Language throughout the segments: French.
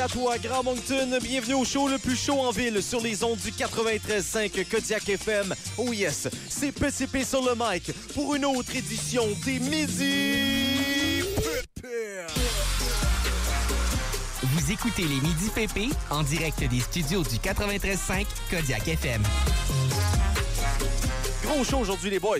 à toi, Grand Moncton. Bienvenue au show le plus chaud en ville sur les ondes du 93.5 Kodiak FM. Oh yes, c'est PCP sur le mic pour une autre édition des Midi Vous écoutez les Midi PP en direct des studios du 93.5 Kodiak FM. Gros show aujourd'hui, les boys.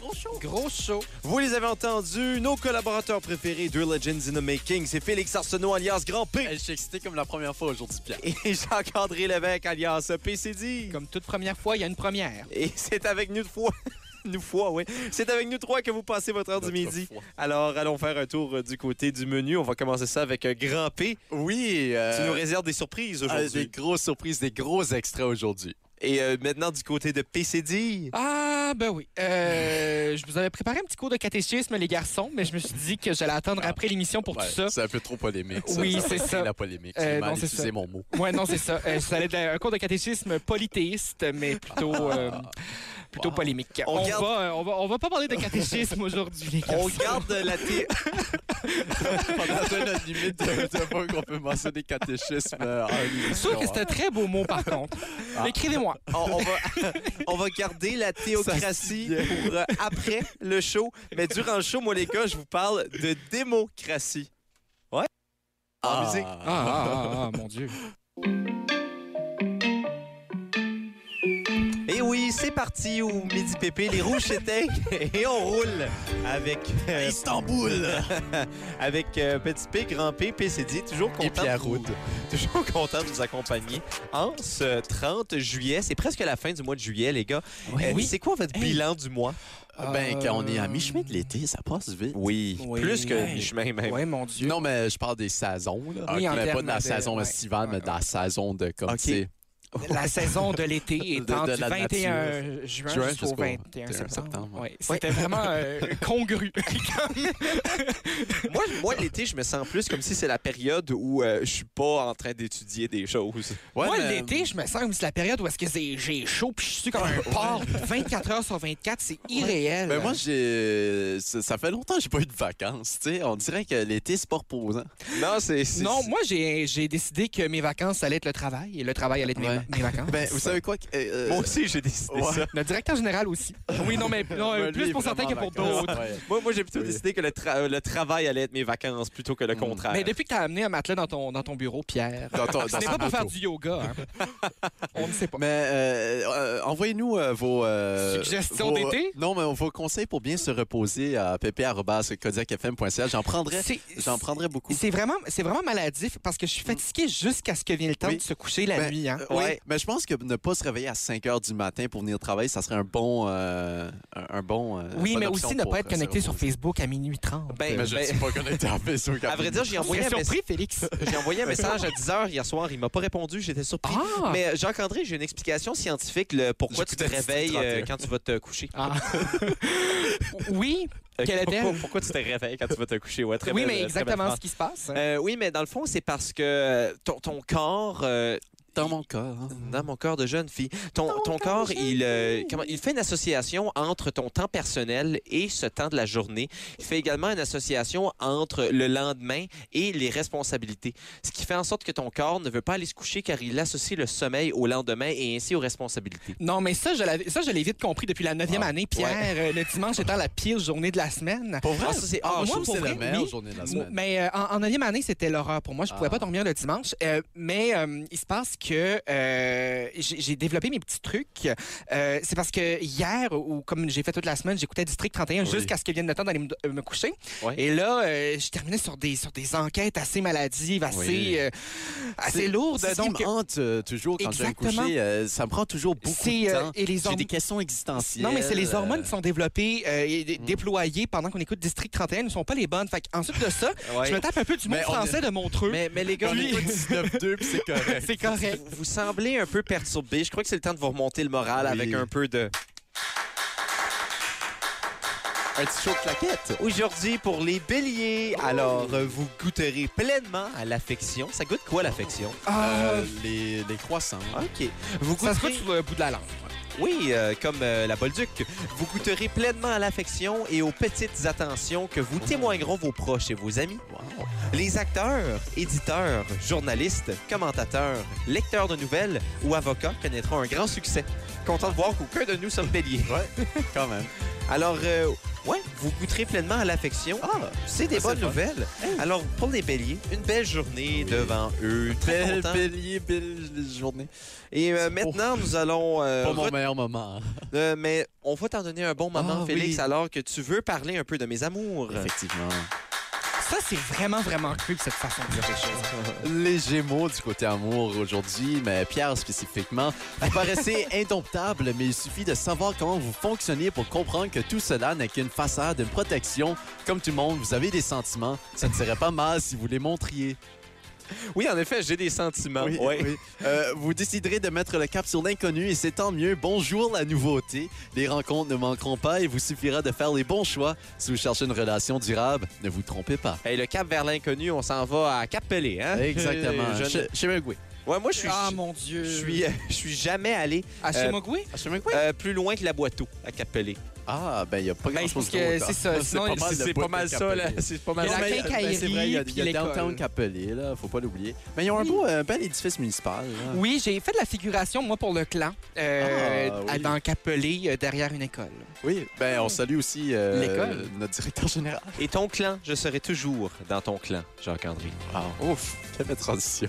Gros show. Gros show. Vous les avez entendus, nos collaborateurs préférés de Legends in the Making, c'est Félix Arsenault alias Grand P Hey, Je suis excité comme la première fois aujourd'hui, Pierre. et Jacques-André Lévesque alias PCD. Comme toute première fois, il y a une première. Et c'est avec nous de fois. Nous fois, oui. C'est avec nous trois que vous passez votre heure du Notre midi. foi. Alors, allons faire un tour euh, du côté du menu. On va commencer ça avec un grand P. Oui. euh, Tu nous réserves des surprises euh, aujourd'hui. des grosses surprises, des gros extras aujourd'hui. Et euh, maintenant, du côté de PCD. Ah, ben oui. Euh, je vous avais préparé un petit cours de catéchisme, les garçons, mais je me suis dit que j'allais attendre après l'émission pour Ouais, tout ça. C'est un peu trop polémique. ça. Oui, va c'est créer ça. La polémique. Euh, J'ai non, mal c'est utilisé ça. mon mot. Ouais, non, c'est ça. Euh, ça allait être un cours de catéchisme polythéiste, mais plutôt, euh, plutôt Wow. polémique. On On, garde- va, euh, on, va, on va pas parler de catéchisme aujourd'hui, les On garçons. garde la thé. On atteint la limite de, de fois qu'on peut mentionner catéchisme euh, en Je émission, trouve que c'est hein. un très beau mot, par contre. Ah. Écrivez-moi. On, on va, on va garder la théocratie Ça se dit pour euh, après le show. Mais durant le show, moi, les gars, je vous parle de démocratie. Ouais. Ah. En musique. Ah, ah, ah, mon Dieu. Et oui, c'est parti au Midi Pépé, les rouges s'éteignent et on roule avec euh, Istanbul! avec euh, Petit P, Grand P, PCD, toujours Et content, Pierre de vous, Roud. toujours content de vous accompagner en ce 30 juillet. C'est presque la fin du mois de juillet, les gars. Euh, oui. C'est quoi votre Hey. bilan du mois? Ben, quand on est à Euh, mi-chemin de l'été, ça passe vite. Oui, Oui. plus que Hey. mi-chemin même. Ouais, mon Dieu. Non, mais je parle des saisons. Là. Oui, Ok, en mais pas termes de la de- saison ouais, estivale, ouais, mais de la saison de comme Ok. tu sais, La saison de l'été De- étant de du la 21 juin, Juin jusqu'au jusqu'au 21 septembre. 21 septembre. Ouais, C'était vraiment euh, congru. Moi, moi l'été, je me sens plus comme si c'est la période où euh, je suis pas en train d'étudier des choses. Ouais, Moi, mais- l'été, je me sens comme c'est la période où est-ce que c'est- j'ai chaud puis je suis comme un porc 24 heures sur 24. C'est irréel. Mais Ben, moi, j'ai. Ça ça fait longtemps que j'ai pas eu de vacances, tu sais. On dirait que l'été, c'est pas reposant. Non, c'est... c'est- non, moi, j'ai j'ai décidé que mes vacances allaient être le travail et le travail allait être mes, Ouais. mes vacances. Ben, vous savez quoi? que, euh, Moi aussi, j'ai décidé Ouais. ça. Le directeur général aussi. Oui, non, mais non, ben, euh, lui, plus il est pour certains que vraiment pour en vacances. d'autres. Ouais. Moi, moi j'ai plutôt Oui. décidé que le, tra- euh, le travail allait être mes vacances plutôt que le Mm. contraire. Mais depuis que tu as amené un matelas dans ton, dans ton bureau, Pierre, Dans ton- ce dans n'est son pas pour faire auto. du yoga. hein. On ne sait pas. Mais euh, euh, envoyez-nous euh, vos. euh, Suggestions vos- d'été? Non, mais vos conseils pour bien se reposer à pp.kodiakfm.ca. J'en prendrais, C'est- j'en prendrais beaucoup. C'est vraiment, c'est vraiment maladif parce que je suis fatigué jusqu'à ce que vienne le temps Oui. de se coucher la Ben, nuit. hein. Euh, Ouais. Mais je pense que ne pas se réveiller à 5 heures du matin pour venir travailler, ça serait un bon. euh, un un bon euh, Oui, bonne mais option aussi ne pour, pas être euh, connecté se sur reposer. Facebook à minuit 30. Ben, Mais je ne suis pas connecté à Facebook. À vrai dire, j'ai Je envoyé, un serais mes- surpris, Félix. j'ai envoyé un message à 10h hier soir. Il m'a pas répondu. J'étais surpris. Ah! Mais euh, Jacques-André, j'ai une explication scientifique le pourquoi tu te J'écoutais réveilles 17h31. euh, quand tu vas te coucher. Ah. oui, Euh, Quelle pourquoi, est-elle? pourquoi tu te réveilles quand tu vas te coucher? Ouais, très oui, belle- mais très belle exactement phrase. ce qui se passe. Euh, oui, mais dans le fond, c'est parce que euh, ton, ton corps, euh, dans mon corps. hein. dans mon corps de jeune fille, ton, ton corps, il, euh, comment- il fait une association entre ton temps personnel et ce temps de la journée. Il fait également une association entre le lendemain et les responsabilités. Ce qui fait en sorte que ton corps ne veut pas aller se coucher car il associe le sommeil au lendemain et ainsi aux responsabilités. Non, mais ça, je l'avais- ça, je l'ai vite compris depuis la 9e Ah. année, Pierre. Euh, Le dimanche étant la pire journée de la semaine. Pour vrai? Ah, ça, c'est- ah, moi, je moi, trouve que pour c'est la vrai, meilleure oui. journée de la Mo- semaine. Mais euh, en en neuvième année, c'était l'horreur pour moi. Je pouvais Ah. pas dormir le dimanche. Euh, mais euh, il se passe que euh, j'ai j'ai développé mes petits trucs. Euh, C'est parce que hier, ou comme j'ai fait toute la semaine, j'écoutais District 31 Oui. jusqu'à ce qu'il vienne le temps d'aller me, euh, me coucher. Ouais. Et là, euh, je terminais sur des, sur des enquêtes assez maladives, assez, Oui. euh, assez lourdes. C'est ce qui Donc, me hante euh, toujours quand je vais me Exactement. coucher. euh, ça me prend toujours beaucoup de c'est. euh, temps. et les J'ai hormones. des questions existentielles. euh, Non, mais c'est les hormones qui sont développées euh, et dé- Mm. déployées pendant qu'on écoute District 31 ne sont pas les bonnes. Fait ensuite de ça, je me tape un peu du mot Mais on est- français de Montreux. Mais, mais les gars, Quand Oui. on écoute 19-2, puis c'est correct. C'est correct. vous, vous semblez un peu perturbé. Je crois que c'est le temps de vous remonter le moral Oui. avec un peu de... Un petit show de claquette. Aujourd'hui, pour les béliers, alors euh, vous goûterez pleinement à l'affection. Ça goûte quoi, l'affection? Ah, Euh, les, les croissants. OK. Vous Ça se goûterez... trouve sur le bout de la langue. Oui, euh, comme euh, la Bolduc. Vous goûterez pleinement à l'affection et aux petites attentions que vous témoigneront vos proches et vos amis. Les acteurs, éditeurs, journalistes, commentateurs, lecteurs de nouvelles ou avocats connaîtront un grand succès. Content de voir qu'aucun de nous sommes béliers. Quand même. Alors, euh, ouais, vous goûterez pleinement à l'affection. Ah, C'est des Ah, c'est bonnes le fun. nouvelles. Alors, pour les béliers, une belle journée devant eux. Très belle, content. bélier, belle journée. Et euh, maintenant, nous allons... euh, Pas mon re- meilleur moment. euh, mais on va t'en donner un bon moment, Ah, Félix, oui. alors que tu veux parler un peu de mes amours. Effectivement. Ça, c'est vraiment, vraiment cru de cette façon de dire les choses. Les Gémeaux du côté amour aujourd'hui, mais Pierre spécifiquement, vous paraissez indomptable, mais il suffit de savoir comment vous fonctionnez pour comprendre que tout cela n'est qu'une façade, une protection. Comme tout le monde, vous avez des sentiments. Ça ne serait pas mal si vous les montriez. Oui, en effet, j'ai des sentiments. Oui, Ouais. oui. Euh, vous déciderez de mettre le cap sur l'inconnu et c'est tant mieux. Bonjour la nouveauté. Les rencontres ne manqueront pas et vous suffira de faire les bons choix. Si vous cherchez une relation durable, ne vous trompez pas. Hey, le cap vers l'inconnu, on s'en va à Cap Pelé, Ah, hein? Exactement. Je ne- Chez- Chez Mugway. Ouais, moi, je suis, Ah, mon Dieu. je suis, euh, je suis jamais allé à euh, chez Mogui? Chez Mugway? euh, plus loin que la Boiteau à Cap Pelé. Ah, ben, il n'y a pas Ben, je grand-chose pense que d'autre, c'est hein. ça. Sinon, pas mal c'est- le c'est bout pas de mal ça, Capelé. là. C'est pas mal Il y a ça. la Mais- quincaillerie, ben, c'est vrai, il y a, puis il y a l'école. Downtown Capelé, là, faut pas l'oublier. Mais ils ont un beau, un bel édifice municipal. là. Oui, j'ai fait de la figuration, moi, pour le clan, euh, Ah, oui. à- dans Capelé, euh, derrière une école. Oui, ben, on salue aussi euh, L'école. notre directeur général. Et ton clan, je serai toujours dans ton clan, Jacques-André. Ah, ouf, quelle transition.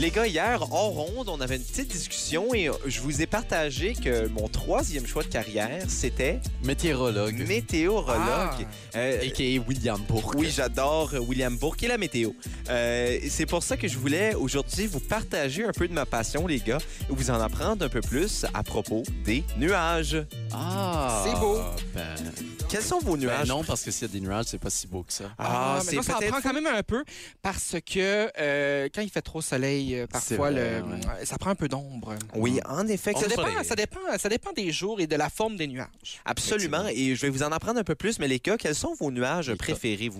Les gars, hier, hors ronde, on avait une petite discussion et euh, je vous ai partagé que mon troisième choix de carrière, c'était Météorologue. météorologue. Ah. Euh, A.K.A. William Bourque. Oui, j'adore euh, William Bourque et la météo. Euh, c'est pour ça que je voulais aujourd'hui vous partager un peu de ma passion, les gars, et vous en apprendre un peu plus à propos des nuages. Ah! C'est beau. Ben, Quels sont vos ben nuages? non, parce que s'il y a des nuages, c'est pas si beau que ça. Ah, mais c'est moi, ça en peut-être... prend quand même un peu parce que euh, quand il fait trop soleil, euh, C'est parfois, vrai, le- ouais. ça prend un peu d'ombre. Oui, en effet. Ça ça dépend- dépend, ça, dépend, ça dépend des jours et de la forme des nuages. Absolument, et je vais vous en apprendre un peu plus, mais les gars, quels sont vos nuages Les préférés, vous?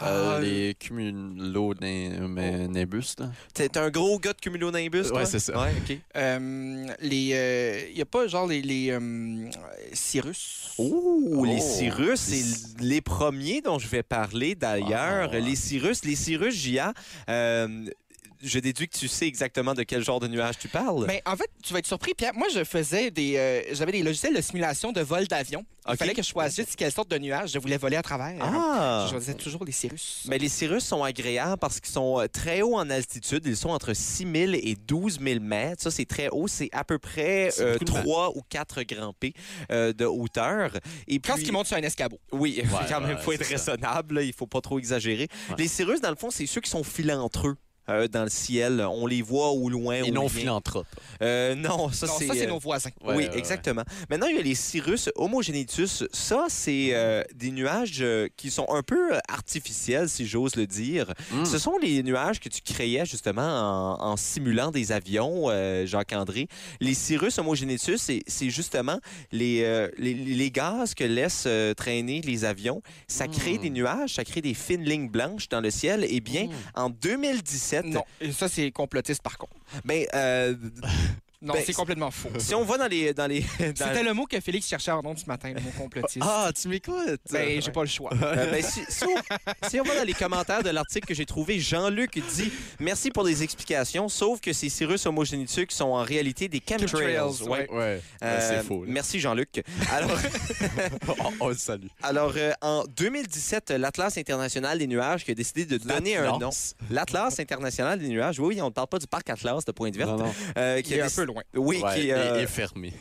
Euh, Ah, les Oh. cumulonimbus, là. T'es un gros gars de cumulonimbus, toi? Ouais, c'est ça. Ouais, OK. Euh, les, il n'y a pas genre les, les euh, Cyrus. Oh, les Oh. cirrus, c'est Les- l- les premiers dont je vais parler d'ailleurs. Ah. Les cirrus, les cirrus JA, euh, je déduis que tu sais exactement de quel genre de nuage tu parles. Mais Ben, en fait, tu vas être surpris, Pierre. Moi, je faisais des, euh, j'avais des logiciels de simulation de vol d'avion. Il OK. fallait que je choisisse quelle sorte de nuage je voulais voler à euh, travers. Ah! Je choisissais toujours les Cyrus. Mais les cirrus sont agréables parce qu'ils sont euh, très hauts en altitude. Ils sont entre 6000 et 12 000 mètres. Ça, c'est très haut. C'est à peu près C'est euh, beaucoup de mètres. 3 ou 4 grands P euh, de hauteur. Et Quand puis- ils montent sur un escabeau. Oui, quand même, ouais, faut être c'est ça. raisonnable, là, il faut pas trop exagérer. Ouais. Les cirrus, dans le fond, c'est ceux qui sont filantreux. euh, dans le ciel, on les voit au loin. Et au non lien. philanthrope. Euh, non, ça Non, c'est. ça, c'est euh, nos voisins. Ouais, oui, ouais, ouais. exactement. Maintenant, il y a les cirrus homogenitus. Ça, c'est euh, des nuages euh, qui sont un peu euh, artificiels, si j'ose le dire. Mm. Ce sont les nuages que tu créais justement en, en simulant des avions, euh, Jacques-André. Les cirrus homogenitus, c'est- c'est justement les, euh, les, les gaz que laissent euh, traîner les avions. Ça Hmm. crée Mm. des nuages, ça crée des fines lignes blanches dans le ciel. Eh bien, Mm. en 2017, Hmm. Non, et ça, c'est complotiste, par contre. ben, euh, Non, Ben, c'est complètement faux. si on va dans les... Dans les dans- C'était le mot que Félix cherchait en nom ce matin, le mot complotiste. Ah, tu m'écoutes! Ben, j'ai pas le choix. Euh, ben, si, si on, si on va dans les commentaires de l'article que j'ai trouvé, Jean-Luc dit Merci pour les explications, sauf que ces cirrus homogénituques sont en réalité des chemtrails. Chemtrails, ouais. Ouais, Euh, ben, c'est faux. là. Oh, Merci Jean-Luc. Alors, on, on le salue. alors euh, en 2017, l'Atlas international des nuages qui a décidé de donner un nom. Lance. L'Atlas international des nuages, oui, on ne parle pas du parc Atlas de Pointe-Verte. Non, non. euh, Il qui a est un déc- peu loin. Oui, Ouais, qui, et- euh, et fermé.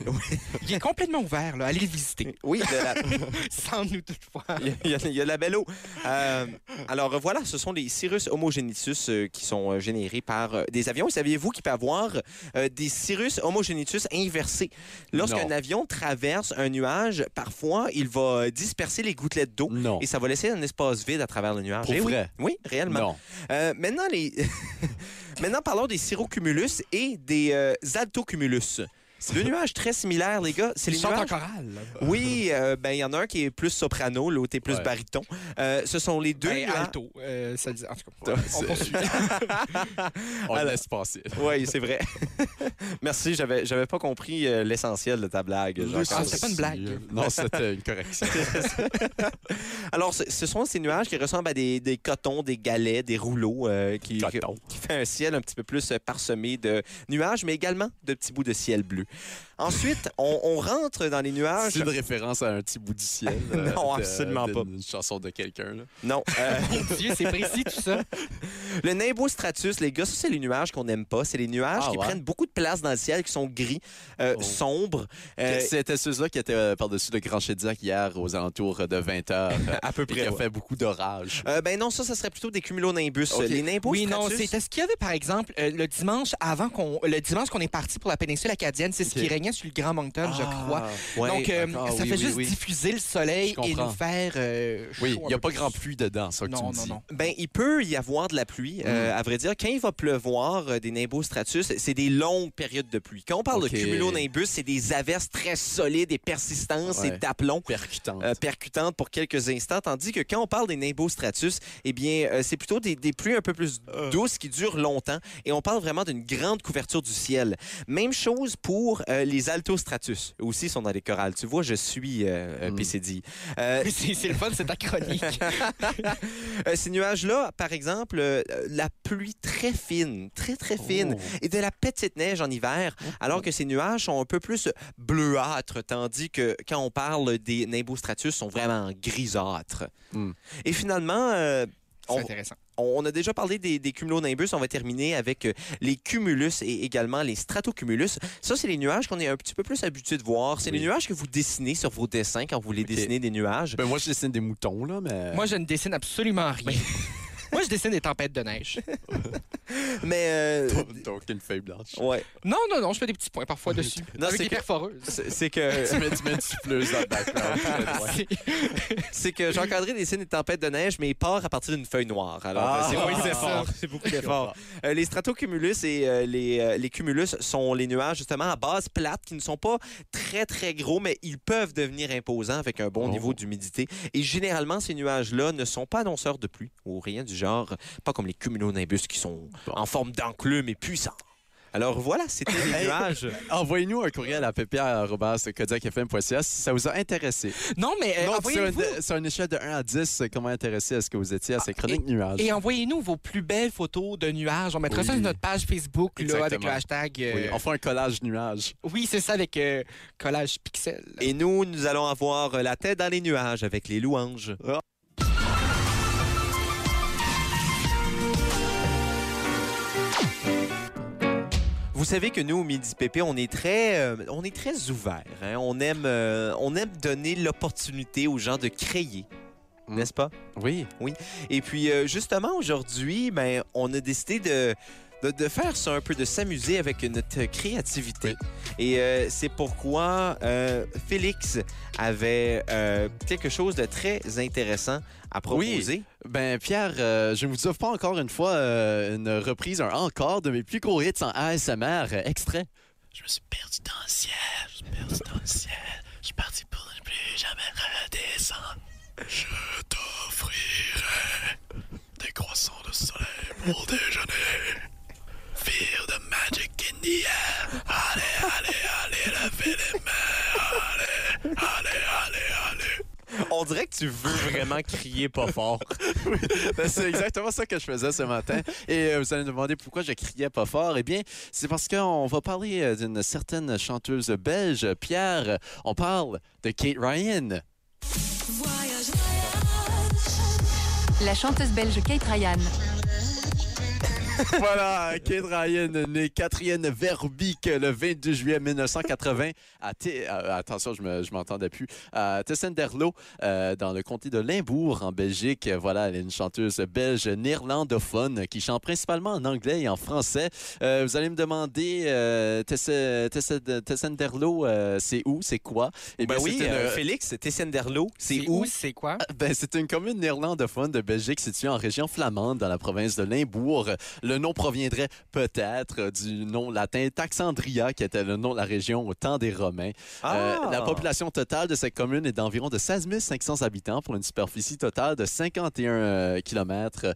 Il est complètement ouvert, là. Allez le visiter. oui, de la- Sans nous, toutefois. Il y a- il y, a- il y a de la belle eau. Euh, alors euh, voilà, ce sont les cirrus homogenitus euh, qui sont euh, générés par euh, des avions. Et saviez-vous qu'il peut y avoir euh, des cirrus homogenitus inversés? Lorsqu'un Non. avion traverse un nuage, parfois, il va euh, disperser les gouttelettes d'eau. Non. Et ça va laisser un espace vide à travers le nuage. Pour Eh oui. vrai? Oui, réellement. Non. Euh, maintenant, les... maintenant, parlons des cirrocumulus et des euh, altocumulus. Deux nuages très similaires, les gars. C'est Ils les chantent nuages. en chorale. Oui, euh, ben il y en a un qui est plus soprano, l'autre est plus Ouais. baryton. Euh, ce sont les deux. Ben, nuages- alto. euh, ça disait- en tout cas, on C'est- poursuit. On Alors- laisse passer. Oui, c'est vrai. Merci, j'avais j'avais pas compris euh, l'essentiel de ta blague. Jean-Carl. Ah, c'était pas une blague. Non, c'était une correction. Alors, ce, ce sont ces nuages qui ressemblent à des, des cotons, des galets, des rouleaux euh, qui, Coton. qui fait un ciel un petit peu plus euh, parsemé de nuages, mais également de petits bouts de ciel bleu. Ensuite, on, on rentre dans les nuages. C'est une référence à un petit bout du ciel. euh, Ah, Non, de- absolument d'une- pas. Une chanson de quelqu'un. là. Non. euh, Mon Dieu, c'est précis tout ça. le nimbostratus, les gars, ça, c'est les nuages qu'on n'aime pas. C'est les nuages Ah, qui ouais? prennent beaucoup de place dans le ciel, qui sont gris, euh, Oh. sombres. euh, C'était ceux-là qui étaient euh, par-dessus le Grand Chédiac hier aux alentours de 20 heures. euh, à peu et qui près. a ouais. fait beaucoup d'orages. Euh, ben non, ça, ça serait plutôt des cumulonimbus. Ok. Les nimbostratus... Oui, non, c'est est-ce qu'il y avait par exemple euh, le dimanche avant qu'on le dimanche qu'on est parti pour la péninsule acadienne, c'est ce Ok. Ah, qui régnait sur le Grand Moncton, je Ah, crois. Ouais. Donc euh, d'accord, ça oui, fait oui, juste oui. diffuser le soleil Je et comprends. nous faire euh, chaud Oui, il n'y un a peu pas grand plus. pluie dedans, ça que tu Non, me non, dis. non. Ben, il peut y avoir de la pluie, euh, à vrai dire. Quand il va pleuvoir euh, des nimbostratus, c'est des longues périodes de pluie. Quand on parle Ok. de cumulonimbus, c'est des averses très solides et persistantes Ouais. et d'aplomb. Percutante. euh, percutantes pour quelques instants, tandis que quand on parle des nimbostratus, eh bien, euh, c'est plutôt des, des pluies un peu plus Euh. douces qui durent longtemps et on parle vraiment d'une grande couverture du ciel. Même chose pour euh, les altostratus. Eux Aussi, ils sont dans les chorales. Tu vois, je suis euh, euh, Mm. PCD. Euh, C'est c'est le fun, c'est ta chronique. Euh, ces nuages-là, par exemple, euh, euh, la pluie très fine, très très fine, Oh. et de la petite neige en hiver, alors que ces nuages sont un peu plus bleuâtres, tandis que quand on parle des nimbostratus, sont vraiment grisâtres. Mm. Et finalement, euh, C'est on, intéressant. on a déjà parlé des, des cumulonimbus, on va terminer avec euh, les cumulus et également les stratocumulus. Ça, c'est les nuages qu'on est un petit peu plus habitué de voir. C'est les Oui. nuages que vous dessinez sur vos dessins quand vous voulez Ok. dessiner des nuages. Ben, moi, je dessine des moutons, là, mais. Moi, je ne dessine absolument rien. Moi, je dessine des tempêtes de neige. Mais... euh, Donc, une feuille blanche. ouais. Non, non, non, je fais des petits points parfois dessus. Non, avec c'est des que- perforeuses. C'est c'est que... tu, mets, tu mets une souffleuse dans le background. C'est- c'est que Jean-Cadré dessine des tempêtes de neige, mais il part à partir d'une feuille noire. Alors, Ah, euh, c'est beaucoup oui, c'est d'efforts. C'est beaucoup d'efforts. Euh, les stratocumulus et euh, les, euh, les cumulus sont les nuages, justement, à base plate, qui ne sont pas très, très gros, mais ils peuvent devenir imposants avec un bon Oh. niveau d'humidité. Et généralement, ces nuages-là ne sont pas annonceurs de pluie ou rien du genre, pas comme les cumulonimbus qui sont Bon. en forme d'enclume et puissants. Alors voilà, c'était les Hey. nuages. Envoyez-nous un courriel à pépère.kodiakfm.ca si ça vous a intéressé. Non, mais euh, Donc, sur, envoyez-vous- une, sur une échelle de 1 à 10, comment intéressé est-ce que vous étiez à ces Ah, chroniques nuages? Et envoyez-nous vos plus belles photos de nuages. On mettra ça Oui. sur notre page Facebook là, avec Exactement. le hashtag. euh, Oui, on fera un collage nuages. Oui, c'est ça avec euh, collage pixel. Et nous, nous allons avoir euh, la tête dans les nuages avec les louanges. Vous savez que nous, au Midi Pépé, on est très, euh, on est très ouvert. hein. On, aime, euh, on aime donner l'opportunité aux gens de créer, Mm. n'est-ce pas? Oui. Et puis, euh, justement, aujourd'hui, ben, on a décidé de, de, de faire ça un peu, de s'amuser avec notre créativité. Et euh, c'est pourquoi euh, Félix avait euh, quelque chose de très intéressant à proposer. Ben, Pierre, euh, je ne vous offre pas encore une fois euh, une reprise, un encore de mes plus gros hits en ASMR euh, extrait. Je me suis perdu dans le ciel, je suis perdu dans le ciel, je suis parti pour ne plus jamais redescendre. Je t'offrirai des croissants de soleil pour déjeuner. Feel the magic in the air. Allez, allez, allez, lavez les mains. Allez, allez, allez, allez. On dirait que tu veux vraiment crier pas fort. Ben, c'est exactement ça que je faisais ce matin. Et euh, vous allez me demander pourquoi je criais pas fort. Eh bien, c'est parce qu'on va parler euh, d'une certaine chanteuse belge, Pierre. Euh, On parle de Kate Ryan. La chanteuse belge Kate Ryan. voilà, Kate Ryan, née Catherine Verbeek le 22 juillet 1980 à... T- euh, attention, je me- je m'entendais plus. À Tessenderlo, euh, dans le comté de Limbourg, en Belgique. Voilà, elle est une chanteuse belge néerlandophone qui chante principalement en anglais et en français. Euh, vous allez me demander, euh, Tesse- Tesse- Tessenderlo, euh, c'est où, c'est quoi? Eh ben bien, oui, c'est une- euh, Félix, Tessenderlo, c'est où? C'est quoi? Ah, ben, c'est une commune néerlandophone de Belgique située en région flamande dans la province de Limbourg. Le le nom proviendrait peut-être euh, du nom latin Taxandria, qui était le nom de la région au temps des Romains. Euh, Ah! la population totale de cette commune est d'environ de 16 500 habitants pour une superficie totale de 51 km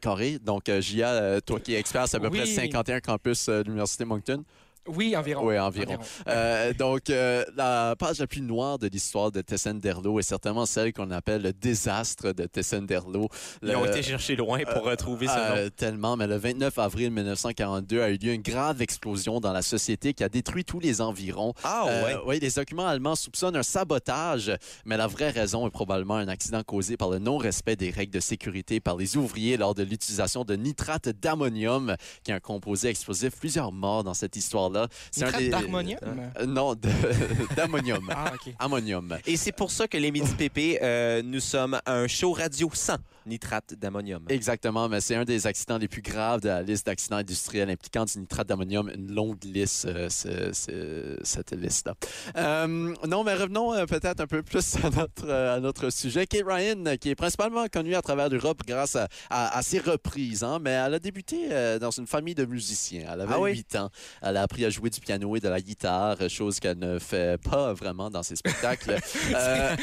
carrés. Donc, euh, Gia, euh, toi qui es expert, c'est à peu Oui. près 51 campus euh, de l'Université Moncton. Oui, environ. Oui, environ. Euh, donc, euh, la page la plus noire de l'histoire de Tessenderlo est certainement celle qu'on appelle le désastre de Tessenderlo. Ils ont été chercher loin pour retrouver ce nom. Euh, tellement, mais le 29 avril 1942 a eu lieu une grave explosion dans la société qui a détruit tous les environs. Ah ouais. Euh, oui, les documents allemands soupçonnent un sabotage, mais la vraie raison est probablement un accident causé par le non-respect des règles de sécurité par les ouvriers lors de l'utilisation de nitrate d'ammonium, qui est un composé explosif. Plusieurs morts dans cette histoire-là. C'est un Nitrate des- d'harmonium? Euh, non, de- d'ammonium. Ah, OK. Ammonium. Et c'est pour ça que les Midi PP, euh, nous sommes un show radio sans nitrate d'ammonium. Exactement, mais c'est un des accidents les plus graves de la liste d'accidents industriels impliquant du nitrate d'ammonium. Une longue liste, euh, ce- ce- cette liste-là. Euh, non, mais revenons euh, peut-être un peu plus à notre, euh, à notre sujet. Kate Ryan, euh, qui est principalement connue à travers l'Europe grâce à, à- à ses reprises, hein, mais elle a débuté euh, dans une famille de musiciens. Elle avait Ah oui? 8 ans. Elle a appris à jouer du piano et de la guitare, chose qu'elle ne fait pas vraiment dans ses spectacles. Euh,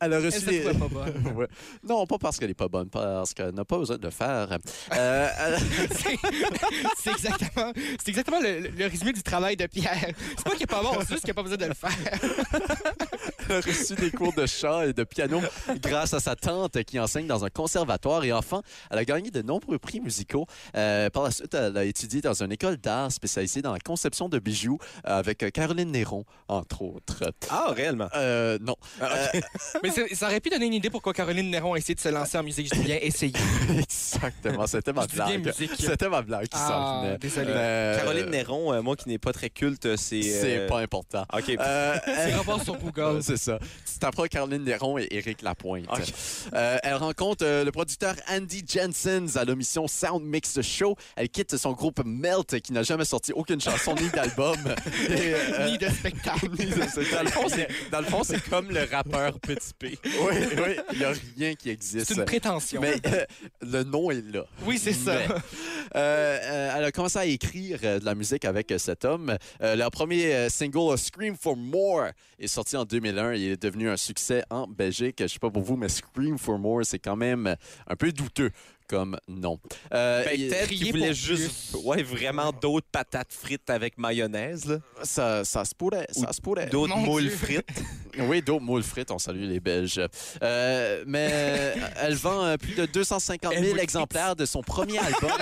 elle a reçu Elle se des- trouvait pas bonne. Ouais. Non, pas parce qu'elle n'est pas bonne, parce qu'elle n'a pas besoin de le faire. Euh, elle- C'est- c'est exactement, c'est exactement le, le- le résumé du travail de Pierre. C'est pas qu'il est pas bon, c'est juste qu'il a pas besoin de le faire. elle a reçu des cours de chant et de piano grâce à sa tante qui enseigne dans un conservatoire. Et enfant, elle a gagné de nombreux prix musicaux. Euh, par la suite, elle a étudié dans une école d'art spécialisée dans la conception de bijoux euh, avec Caroline Néron, entre autres. Ah, réellement? Euh, non. Mais c'est- ça aurait pu donner une idée pourquoi Caroline Néron a essayé de se lancer en musique. Je dis bien essayer. Euh, exactement, c'était ma Je dis bien blague. musique. C'était ma blague qui s'en Ah, venait. désolé. Euh, Caroline Néron, euh, moi qui n'ai pas très culte, c'est... C'est euh, pas important. OK. Euh, C'est elle- revoir sur Euh, Google. C'est ça. Tu t'apprends Caroline Néron et Éric Lapointe. Ok. Euh, elle rencontre euh, le producteur Andy Jensen à l'émission Sound Mix Show. Elle quitte son groupe Melt qui n'a jamais sorti aucune chanson ni d'album. Et, euh, Ni de spectacle. ni de- c'est- Dans le fond, c'est- dans le fond, c'est comme le rappeur Petit P. Oui, oui, il n'y a rien qui existe. C'est une prétention. Mais euh, le nom est là. oui, c'est ça. Mais, euh, euh, elle a commencé à écrire euh, de la musique avec euh, cet homme. Euh, leur premier euh, single, euh, Scream for More, est sorti en 2001 et il est devenu un succès en Belgique. Je sais pas pour vous, mais Scream for More, c'est quand même euh, un peu douteux comme nom. Euh, Ben, et- peut-être Crier qu'il voulait pour juste ouais, vraiment d'autres patates frites avec mayonnaise, là. ça, ça se pourrait, ça se pourrait. d'autres Mon moules Dieu. frites. Oui, d'autres moules frites, on salue les Belges. Euh, mais euh, elle vend euh, plus de 250 Elle 000 vous- exemplaires de son premier album.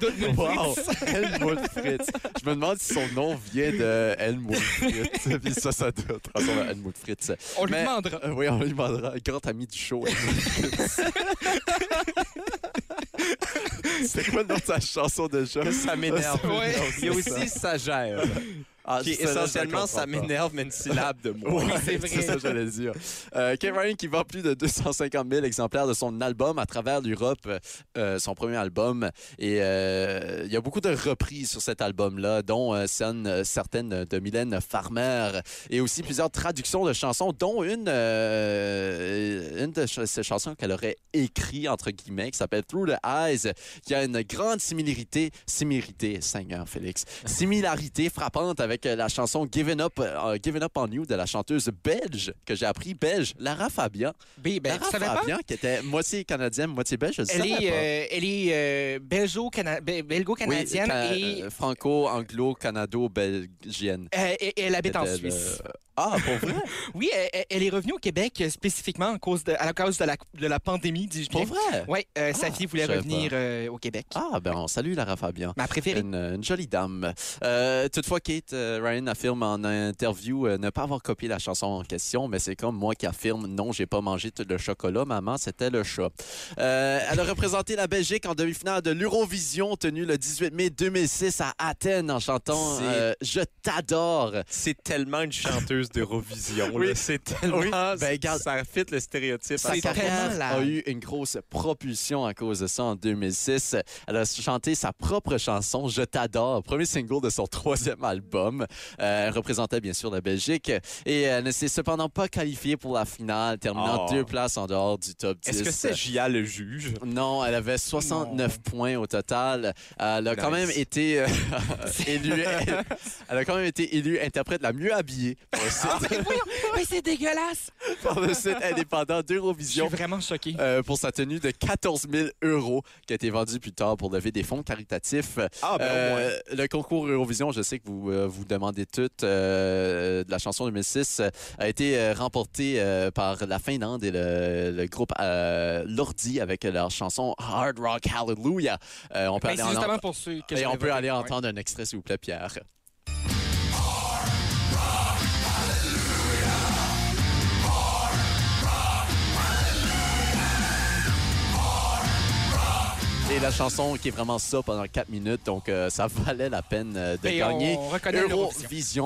Donne-nous Wow! plus. Helmut Fritz. Je me demande si son nom vient de Helmut Fritz. Puis ça, ça doit transformer à Helmut Fritz. On lui Mais- demandera. Euh, oui, on lui demandera. Grand ami du show, Helmut Fritz. C'est quoi le nom de sa chanson déjà? Ça euh, m'énerve. Ouais. Il y a aussi ça gère, qui est essentiellement ça m'énerve, mais une syllabe de moi. Oui, c'est vrai. C'est ça que j'allais dire. Euh, Kate Ryan qui vend plus de 250 000 exemplaires de son album à travers l'Europe, euh, son premier album. Et euh, il y a beaucoup de reprises sur cet album-là, dont euh, cerne- euh, certaines de Mylène Farmer et aussi plusieurs traductions de chansons, dont une, euh, une de ch- ces chansons qu'elle aurait écrite, entre guillemets, qui s'appelle Through the Eyes, qui a une grande similarité, similarité, Seigneur Félix, similarité frappante avec euh, la chanson Given Up, euh, Given Up on You de la chanteuse belge que j'ai appris belge, Lara Fabian. B, ben, Lara tu savais pas? Fabian, qui était moitié canadienne, moitié belge, je le Elle savais est, pas. euh, elle est euh, belgo-cana- be- Oui, belgo-canadienne ca- et, euh, franco-anglo-canado-belgienne. euh, et- et elle habite en Elle, Suisse. euh, Ah, pour vrai? Oui, elle- elle, elle est revenue au Québec euh, spécifiquement en cause de, à la cause de la, de la pandémie, dis-je bien. Pour vrai? Oui, Ah, sa fille voulait je savais revenir pas. euh, au Québec. Ah, ben on salue Lara Fabian. Ma préférée. Une, une jolie dame. Euh, toutefois, Kate euh, Ryan affirme en interview euh, ne pas avoir copié la chanson en question, mais c'est comme moi qui affirme non, j'ai pas mangé tout le chocolat, maman, c'était le chat. Euh, elle a représenté la Belgique en demi-finale de l'Eurovision tenue le 18 mai 2006 à Athènes en chantant C'est- euh, Je t'adore. C'est tellement une chanteuse d'Eurovision. Oui. là. C'est tellement. Oui. Ben, regarde. ça fit le stéréotype. Sa C'est carrière tellement a la- eu une grosse propulsion à cause de ça en 2006. Elle a chanté sa propre chanson Je t'adore, premier single de son troisième album. hommes. Euh, elle représentait bien sûr la Belgique et elle ne s'est cependant pas qualifiée pour la finale, terminant Oh. deux places en dehors du top 10. Est-ce que c'est Gia le juge? Non, elle avait 69 points au total. Euh, Elle a quand Nice. même été euh, élue. Elle, a quand même été élue interprète la mieux habillée par le site, Mais c'est dégueulasse! par le site indépendant Je suis d'Eurovision. vraiment choquée. euh, pour sa tenue de 14 000 euros qui a été vendue plus tard pour lever des fonds caritatifs. Ah, ben au moins. Euh, le concours Eurovision, je sais que vous euh, vous demandez tout, euh, de la chanson 2006 euh, a été euh, remportée euh, par la Finlande et le, le groupe euh, Lordi avec leur chanson Hard Rock Hallelujah. Euh, on peut, Ben, aller, c'est en justement ent- pour ceux que et je on peut voulais aller voter. entendre un extrait, s'il vous plaît, Pierre. Et la chanson qui est vraiment ça pendant 4 minutes, donc euh, ça valait la peine euh, de Et gagner. on reconnaît l'Eurovision.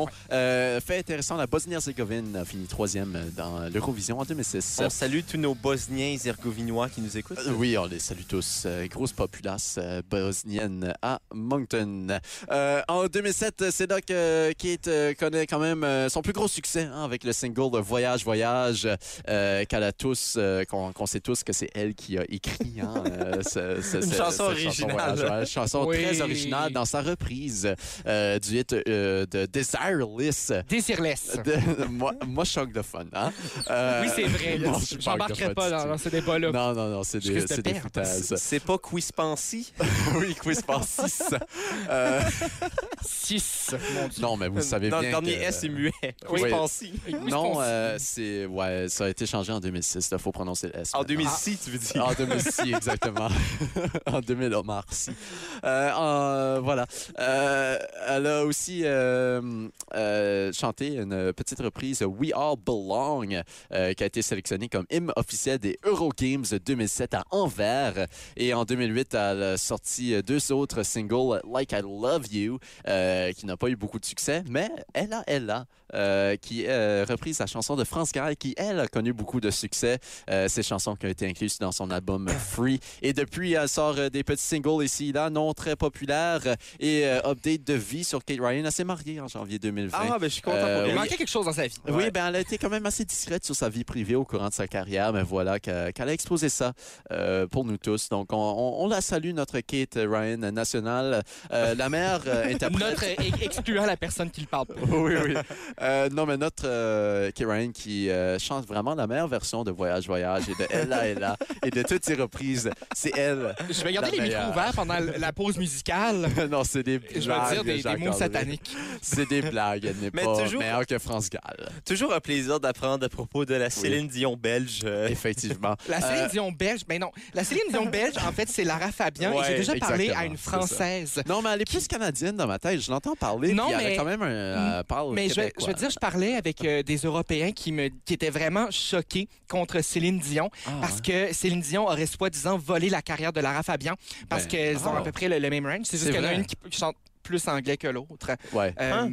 Eurovision. Euh, fait intéressant, la Bosnie-Herzégovine a fini troisième euh, dans l'Eurovision en 2006. On salue tous nos Bosniens et Herzégovinois qui nous écoutent. Euh, Oui, on les salue tous. Euh, grosse populace euh, bosnienne à Moncton. Euh, en 2007, euh, c'est là que euh, Kate euh, connaît quand même euh, son plus gros succès hein, avec le single Voyage, Voyage, euh, qu'elle a tous, euh, qu'on qu'on sait tous que c'est elle qui a écrit. hein, euh, ce- ce- Une ce- chanson cette originale. Voyage, Voyage. chanson Oui. très originale dans sa reprise euh, du hit euh, de Desireless. Désirless. De- moi, moi, je suis anglophone. Hein? Euh, Oui, c'est vrai. non, je suis pas J'embarquerai pas anglophone dans, du dans ce débat-là. non, non, non, c'est Je des, risque de c'est des perdre. foutaises. C'est pas Quispancy? oui, quiz par 6. 6. Mon Dieu. non, mais vous savez non, bien Euh, le dernier que- S est muet. Oui. Quispancy. Non, euh, c'est... Ouais, ça a été changé en 2006. Il faut prononcer le S. En maintenant. Ah, 2006, tu veux dire? En 2006, exactement. en 2000, oh, merci. Euh, en- voilà. Euh, elle a aussi euh, euh, chanté une petite reprise We All Belong, euh, qui a été sélectionnée comme hymne officiel des Eurogames 2007 à Anvers. Et en 2008, elle a sorti euh, deux autres singles, euh, Like I Love You, euh, qui n'a pas eu beaucoup de succès, mais Ella Ella, euh, qui euh, reprise la chanson de France Gall, qui, elle, a connu beaucoup de succès euh, ces chansons qui ont été incluses dans son album Free. Et depuis, elle sort euh, des petits singles ici et là, non très populaires. euh, Et euh, update de vie sur Kate Ryan. Elle s'est mariée en janvier 2020. Ah, ben je suis content Euh, pour Il elle. manquait quelque chose dans sa vie. Oui, ben elle a été quand même assez discrète sur sa vie privée au courant de sa carrière, mais voilà que- qu'elle a exposé ça euh, pour nous tous. Donc on, on- on la salue, notre Kate Ryan nationale, Euh, la mère euh, interprète. Notre e- excluant la personne qui le parle. pas. oui, oui. Euh, non, mais notre euh, Kate Ryan qui euh, chante vraiment la meilleure version de Voyage, Voyage et de Ella, Ella et de toutes ses reprises. C'est elle. Je vais garder La les micros meilleure. ouverts pendant l- la pause musicale. non, c'est des Et blagues. Je vais dire des, des mots Jacques-André. sataniques. C'est des blagues. Elle n'est Mais pas toujours- meilleure que France Gall. Toujours un plaisir d'apprendre à propos de la Céline Dion belge. euh, Effectivement. La Céline Euh, Dion belge, ben non. La Céline Dion belge, en fait, c'est Lara Fabian. et Ouais, J'ai déjà parlé à exactement, une c'est ça. Française. Non, mais elle est plus canadienne dans ma tête. Je l'entends parler. Non, puis Elle mais- Mm. a quand même un. Elle parle Mais je, vais- québécois. je veux dire, je parlais avec euh, des Européens qui, me, qui étaient vraiment choqués contre Céline Dion Ah, parce ouais. que Céline Dion aurait soi-disant volé la carrière de Lara Fabian parce Ben, qu'elles ont ah. à peu près le, le même range. C'est juste C'est qu'il y en a vrai. une qui qui chante plus anglais que l'autre. Ouais. Euh, Hein?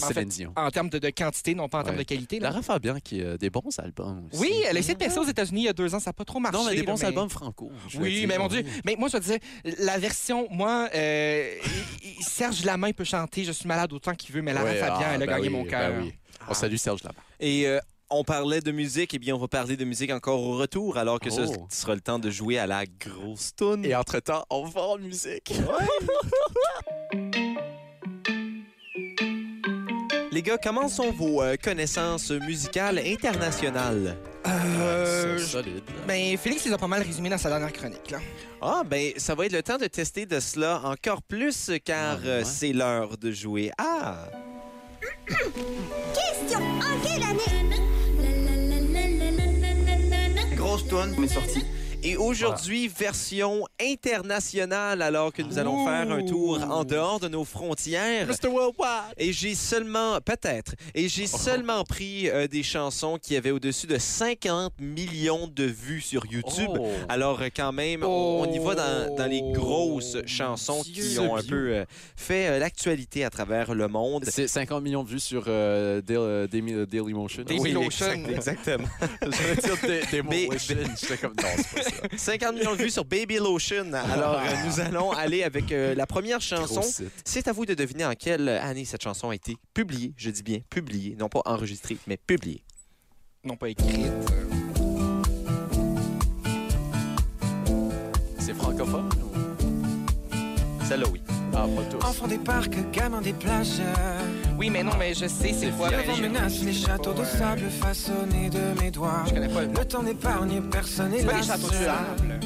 en Céline fait, Dion. en termes de, de quantité, non pas en termes Ouais. de qualité. là. Lara Fabian qui a des bons albums aussi. Oui, elle a essayé de percer aux États-Unis il y a deux ans, ça n'a pas trop marché. Non, mais des là, bons albums franco. je veux Oui, dire. mais mon Dieu. Mais moi, je veux dire, la version, moi, euh, il- il- Serge Lamain peut chanter Je suis malade autant qu'il veut, mais Lara Ouais, Fabian, ah, elle a ben gagné oui, mon ben cœur. Ah. oui. On salue Serge Lamar. Et euh, on parlait de musique, et bien on va parler de musique encore au retour, alors que ce Oh. sera le temps de jouer à la grosse toune. Et entre-temps, on va en musique. Les gars, comment sont vos euh, connaissances musicales internationales? Euh, C'est solide. là. Ben, Félix les a pas mal résumés dans sa dernière chronique. Là. Ah, ben, ça va être le temps de tester de cela encore plus, car Ah, euh, ouais. c'est l'heure de jouer à... Question en quelle année Grosse toune, mais sortie. Et aujourd'hui, version internationale, alors que nous allons Ouh. faire un tour en dehors de nos frontières. Et j'ai seulement, peut-être, et j'ai Oh. seulement pris euh, des chansons qui avaient au-dessus de 50 millions de vues sur YouTube. Oh. Alors, euh, quand même, on, on y va dans, dans les grosses chansons qui Oh. Dieu. ont un peu euh, fait euh, l'actualité à travers le monde. C'est 50 millions de vues sur euh, Daily, euh, Daily- Dailymotion. Dailymotion. exact- exactement. Je veux dire Dailymotion. Mais- J'étais comme, non, c'est pas ça. 50 millions de vues sur Baby Lotion. Alors, euh, nous allons aller avec euh, la première chanson. Gros site. C'est à vous de deviner en quelle année cette chanson a été publiée. Je dis bien publiée, non pas enregistrée, mais publiée. Non, pas écrite. C'est francophone ou- Celle-là, oui. Ah, pas tous. Enfants des parcs, gamins des plages. Oui, mais non, mais je sais c'est quoi. Le mais vent je- menace les châteaux de sable façonnés de mes doigts. Je connais pas le Le temps n'épargne personne et C'est pas la les châteaux de sable.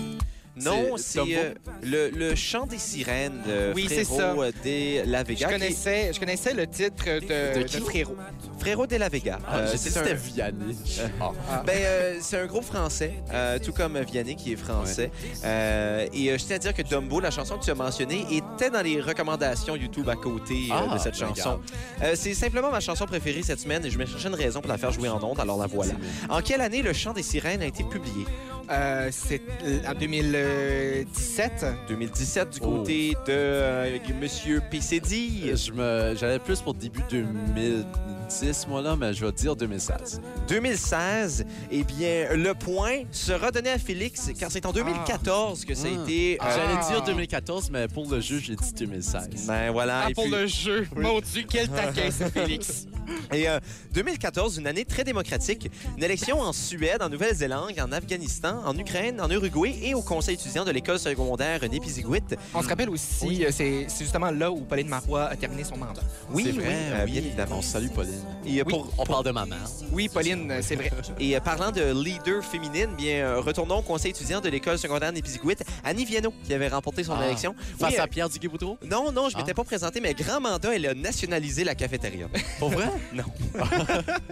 Non, c'est C'est Dumbo? euh, le, le chant des sirènes de Oui, c'est Frérot euh, de la Je Vega. qui- connaissais, je connaissais le titre de, De de, qui? Frérot. Frérot de la Vega. Ah, Euh, j'ai dit c'est un- c'était Vianney. Ah. Ben, euh, c'est un groupe français, euh, tout comme Vianney qui est français. Euh, et euh, je tiens à dire que Dumbo, la chanson que tu as mentionnée, était dans les recommandations YouTube à côté euh, Ah, de cette ben, chanson. regarde. Euh, c'est simplement ma chanson préférée cette semaine et je me cherchais une raison pour la faire jouer en ondes, alors la voilà. En quelle année le chant des sirènes a été publié? Euh, c'est euh, en 2017. 2017 du Oh. côté de euh, Monsieur PCD. Je me, j'allais plus pour début 2010, moi là, mais je vais dire 2016. 2016, eh bien, le point sera donné à Félix, car c'est en 2014 que ça a Ah. été... euh, J'allais dire 2014, mais pour le jeu, j'ai dit 2016. Ben voilà. Ah, et pour puis- le jeu. Mon Dieu, quel taquin, c'est Félix. Et euh, 2014, une année très démocratique. Une élection en Suède, en Nouvelle-Zélande, en Afghanistan, en Ukraine, en Uruguay et au conseil étudiant de l'école secondaire Népizigouit. On se rappelle aussi, euh, c'est c'est justement là où Pauline Marois a terminé son mandat. Oui, C'est vrai, oui, euh, oui. bien évidemment. On salue Pauline. Et, euh, Oui. pour- On parle de ma mère. Oui, Pauline, euh, c'est vrai. et euh, parlant de leader féminine, bien, euh, retournons au conseil étudiant de l'école secondaire Népizigouit, Annie Viano, qui avait remporté son Ah. élection. Face Oui, à euh, Pierre Duguay-Boudreau? Non, non, je Ah. m'étais pas présenté, mais grand mandat, elle a nationalisé la cafétéria. Pour vrai?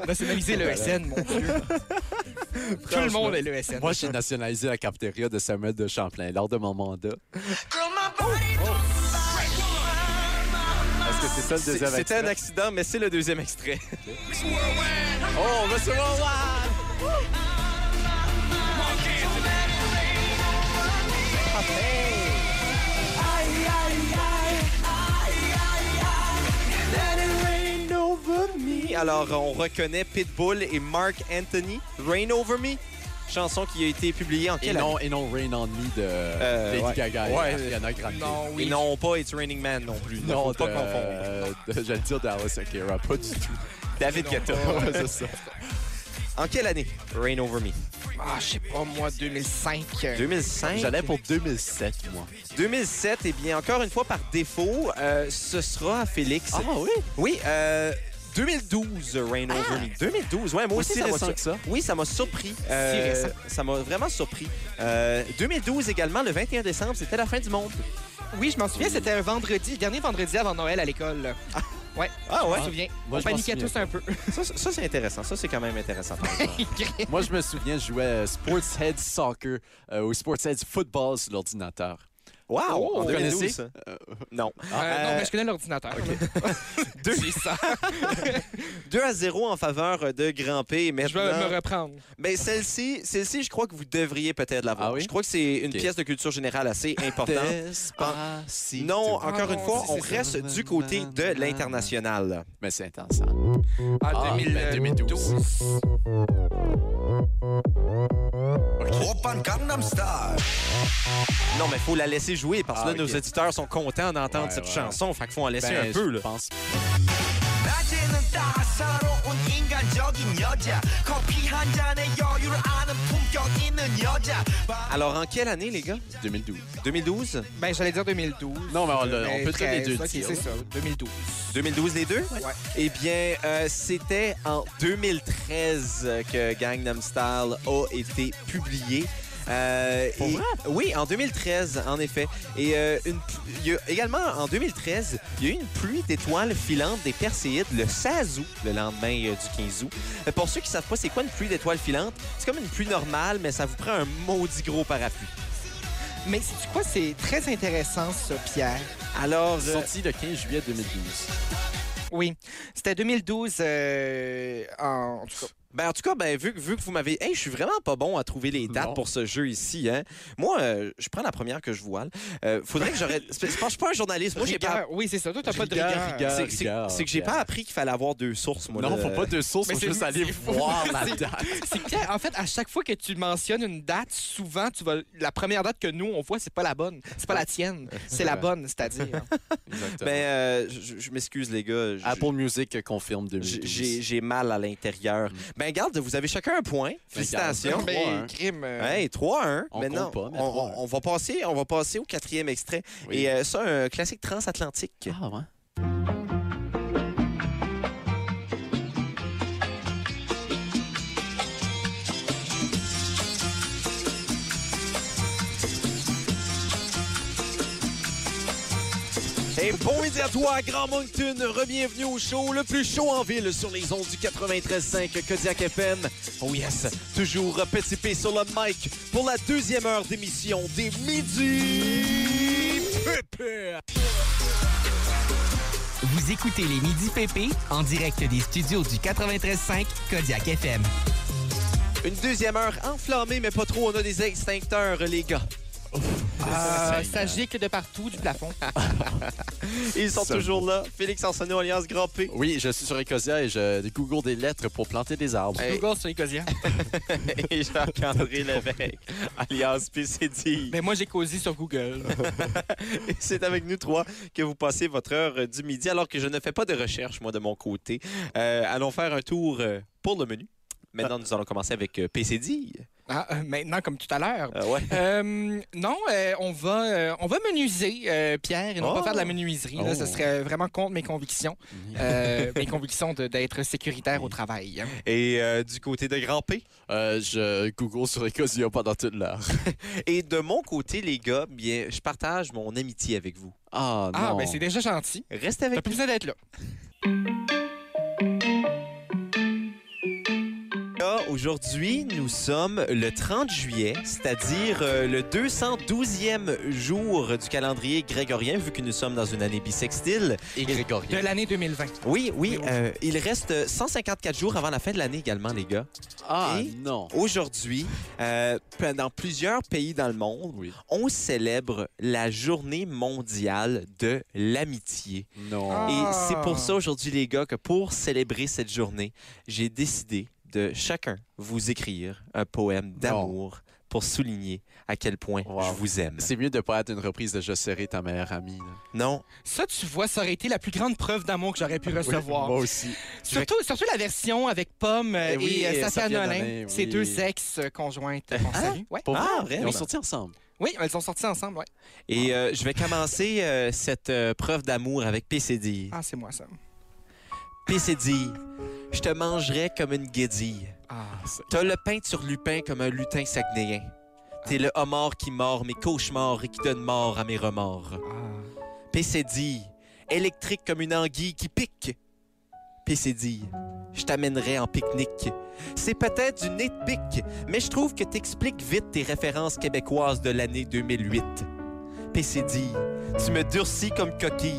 Nationaliser l'ESN, mon Dieu. Tout le monde est l'ESN. Moi, j'ai nationalisé la cafétéria de Samuel de Champlain lors de mon mandat. Est-ce que c'est ça le deuxième C'était un extrait? accident, mais c'est le deuxième extrait. Oh, on va se voir! Alors, on reconnaît Pitbull et Mark Anthony, Rain Over Me, chanson qui a été publiée en Et quelle année? non, et non Rain on Me de Euh, Lady ouais. Gaga et Ouais. Ariana Grande. Non, oui. Et non, pas It's Raining Man non plus. Non, faut pas de- confondre. de- J'allais dire d'Alice Akira, pas du tout. David Guetta. Ouais, c'est ça. En quelle année? Rain Over Me. Ah, je sais pas, moi, 2005. 2005. euh, J'allais pour 2007, moi. 2007, et eh bien, encore une fois, par défaut, euh, ce sera à Félix. oui? Oui, euh, 2012, Rain Over Me. 2012, ouais, moi aussi, Aussi ça m'a récent sur- que ça. Oui, ça m'a surpris. Euh, récent. ça m'a vraiment surpris. Euh, 2012 également, le 21 décembre, c'était la fin du monde. Oui, je m'en souviens, c'était un vendredi, le dernier vendredi avant Noël à l'école. Ouais, Ah je ouais? me souviens. Moi, On je m'en paniquait souviens tous un peu. Ça, ça, ça, c'est intéressant. Ça, c'est quand même intéressant. par exemple. Moi, je me souviens, je jouais euh, Sportshead Soccer euh, ou Sportshead Football sur l'ordinateur. wow! Oh, en vous 2012? connaissez? Euh, Non. Ah. Euh, non, Euh, mais je connais l'ordinateur. Deux- C'est ça. 2 à 0 en faveur de Grand P. Je vais me Maintenant, reprendre. mais celle-ci, celle-ci, je crois que vous devriez peut-être l'avoir. Ah oui? Je crois que c'est une Ok. pièce de culture générale assez importante. Despacito. Non, encore Ah, une mon fois, Dieu, on c'est ça. reste du côté de l'international. Mais c'est intense. hein? Ah, Ah, 2000, ben, euh, 2012. Non, mais faut la laisser jouer parce que Ah, là, ok. nos auditeurs sont contents d'entendre Ouais, cette ouais. chanson. Fait qu'il faut en laisser Ben, un peu. je Là. pense. Alors, en quelle année, les gars? 2012. 2012? Ben, j'allais dire 2012. Non, mais Ah, on l'a- on Mais peut dire les 13, deux ok, dire, c'est là. ça, 2012. 2012, les deux? Ouais. Eh bien, euh, c'était en 2013 que Gangnam Style a été publié. Euh, Pour et- vrai? Oui, en 2013, en effet. Et euh, une p- il y a- également, en 2013, il y a eu une pluie d'étoiles filantes des Perséides le 16 août, le lendemain euh, du 15 août. Euh, pour ceux qui ne savent pas c'est quoi une pluie d'étoiles filantes, c'est comme une pluie normale, mais ça vous prend un maudit gros parapluie. Mais sais-tu quoi? C'est très intéressant, ça, Pierre. Alors, euh, Sorti le 15 juillet 2012. Oui. C'était 2012, euh, en, en tout cas. Ben, en tout cas, ben, vu, que- vu que vous m'avez. Hey, je suis vraiment pas bon à trouver les dates Non. pour ce jeu ici. Hein. Moi, euh, je prends la première que je vois. là. Euh, faudrait que j'aurais. C'est parce que je suis pas un journaliste. Moi, j'ai pas. Rigueur. Oui, c'est ça. Toi, t'as pas de Rigueur, rigueur. rigueur. C'est c'est- Rigueur, c'est que j'ai rigueur. pas appris qu'il fallait avoir deux sources, moi. là. non, faut pas deux sources, Mais faut c'est- juste aller c'est- voir la c'est- date. C'est que, en fait, à chaque fois que tu mentionnes une date, souvent, tu vas la première date que nous, on voit, c'est pas la bonne. C'est pas la tienne. C'est la bonne, c'est-à-dire. Ben, euh, je, je m'excuse, les gars. Je- Apple Music confirme j'ai- 2012. J'ai j'ai mal à l'intérieur. Ben, regarde, vous avez chacun un point. Félicitations. Bien, Mais trois, hein. crime. euh, Hey, 3-1. On Maintenant, compte pas, mais on, 3-1. on va passer, on va passer au quatrième extrait. Oui. Et euh, ça, un classique transatlantique. Ah, ouais. Et bon midi à toi, Grand Moncton. Bienvenue au show, le plus chaud en ville sur les ondes du 93.5 Kodiak FM. Oh yes, toujours Petit P sur le mic pour la deuxième heure d'émission des Midi Pépé. Vous écoutez les Midi PP en direct des studios du 93.5 Kodiak FM. Une deuxième heure enflammée, mais pas trop. On a des extincteurs, les gars. euh, ça gicle de partout, du plafond. Ils sont Ça toujours là. Félix Arsenault, alias Grand P. Oui, je suis sur Ecosia et je google des lettres pour planter des arbres. Hey. Google sur Écosien. Et Jacques-André Lévesque, alias PCD. Mais moi, j'ai causé sur Google. Et C'est avec nous trois que vous passez votre heure euh, du midi, alors que je ne fais pas de recherche, moi, de mon côté. Euh, allons faire un tour euh, pour le menu. Maintenant, nous allons commencer avec euh, PCD. Ah, euh, maintenant, comme tout à l'heure. Euh, ouais. Euh, non, euh, on va euh, on va menuiser euh, Pierre et non Oh. pas faire de la menuiserie. Là, Oh. ça serait vraiment contre mes convictions, Euh, mes convictions de- d'être sécuritaire au travail. Et euh, du côté de Grand P. Euh, je google sur Ecosia pendant toute l'heure. Et de mon côté, les gars, bien, je partage mon amitié avec vous. Ah, non. Ah, ben c'est déjà gentil. Restez T'as avec plus nous. besoin d'être là. Là, Aujourd'hui, nous sommes le 30 juillet, c'est-à-dire euh, le 212e jour du calendrier grégorien, vu que nous sommes dans une année bissextile. Et Grégory. De l'année 2020. Oui, oui, Oui, oui. euh, il reste 154 jours avant la fin de l'année également, les gars. Ah, Et- non. Aujourd'hui, euh, dans plusieurs pays dans le monde, Oui. on célèbre la journée mondiale de l'amitié. Non. Ah. Et c'est pour ça aujourd'hui, les gars, que pour célébrer cette journée, j'ai décidé de chacun vous écrire un poème d'amour pour souligner à quel point Wow. je vous aime. C'est mieux de pas être une reprise de Je serai ta meilleure amie. là. Non? Ça, tu vois, ça aurait été la plus grande preuve d'amour que j'aurais pu recevoir. Moi aussi. surtout, surtout la version avec Pomme euh, Eh oui, et, euh, et Safia Safia Nolin, Nolin, ces oui. deux ex-conjointes qu'on salue. Ouais. Pour Ah, vrai? vraiment? Ils ont sorti ensemble. Oui, elles sont sorties ensemble. Ouais. Et euh, je vais commencer euh, cette euh, preuve d'amour avec PCD. Ah, c'est moi ça. PCD, je te mangerai comme une guédille. Ah, T'as le pain sur lupin comme un lutin saguenéen. T'es le homard qui mord mes cauchemars et qui donne mort à mes remords. ah. PCD, électrique comme une anguille qui pique. PCD, je t'amènerai en pique-nique. C'est peut-être du nez de pique, mais je trouve que t'expliques vite tes références québécoises de l'année 2008. PCD, tu me durcis comme coquille.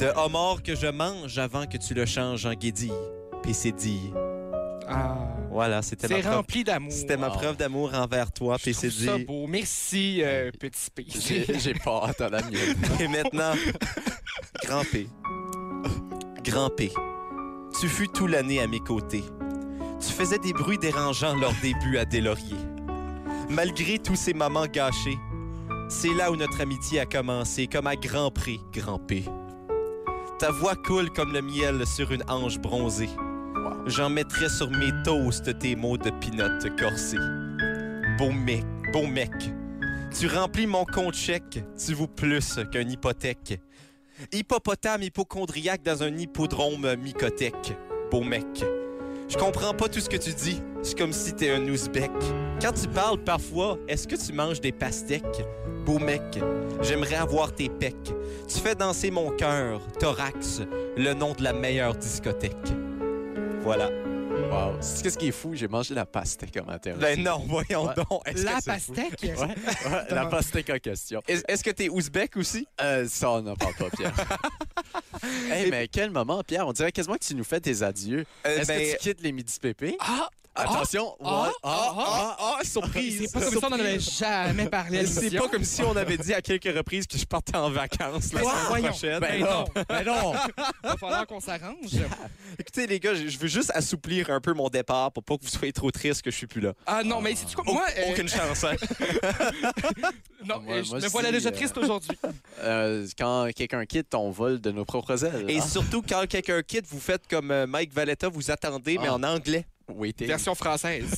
De homard que je mange avant que tu le changes en guédille. PCD, Ah. voilà, c'était C'est ma preuve. rempli d'amour. C'était ma Wow. preuve d'amour envers toi, Je trouve ça PCD. beau. Merci, euh, petit P. J'ai j'ai pas hâte à la mienne. Et maintenant, Grand P. Grand P. Tu fus tout l'année à mes côtés. Tu faisais des bruits dérangeants lors des buts à Deslauriers. Malgré tous ces moments gâchés, c'est là où notre amitié a commencé, comme à grand prix, Grand P. Ta voix coule comme le miel sur une hanche bronzée. J'en mettrai sur mes toasts tes mots de pinote corsés. Beau mec, beau mec, tu remplis mon compte chèque, tu vaux plus qu'une hypothèque. Hippopotame hypochondriaque dans un hippodrome mycothèque. Beau mec. Je comprends pas tout ce que tu dis. C'est comme si t'es un ouzbek. Quand tu parles parfois, est-ce que tu manges des pastèques? Beau mec, j'aimerais avoir tes pecs. Tu fais danser mon cœur, thorax, le nom de la meilleure discothèque. Voilà. Wow. C'est qu'est-ce qui est fou, j'ai mangé la pastèque en matin. Ben non, voyons Ouais. donc. Est-ce La que c'est fou? pastèque? Ouais, ouais, la pastèque en question. Est- Est-ce que t'es ouzbek aussi? Euh, ça, on n'en parle pas, Pierre. hey, mais quel moment, Pierre. On dirait quasiment que tu nous fais tes adieux. Euh, Est-ce que ben, tu quittes les midis pépés? Ah! Attention. ah, Ouais. Ah, ah, ah, C'est surprise. pas comme ça, on n'en avait Surprise. jamais parlé à C'est l'émission. pas comme si on avait dit à quelques reprises que je partais en vacances la Wow! semaine Voyons. prochaine. Ben non. Ben non. va falloir qu'on s'arrange. Écoutez, les gars, je je veux juste assouplir un peu mon départ pour pas que vous soyez trop tristes que je suis plus là. Ah non, mais c'est-tu quoi? Au- Moi, euh, Aucune chance, hein? non, Moi- euh, je moi, me je voilà dis, déjà euh, triste aujourd'hui. Euh, quand quelqu'un quitte, on vole de nos propres ailes. Et Ah. surtout, quand quelqu'un quitte, vous faites comme euh, Mike Valletta, vous attendez, mais Ah. en anglais. Oui, t'es- Version française.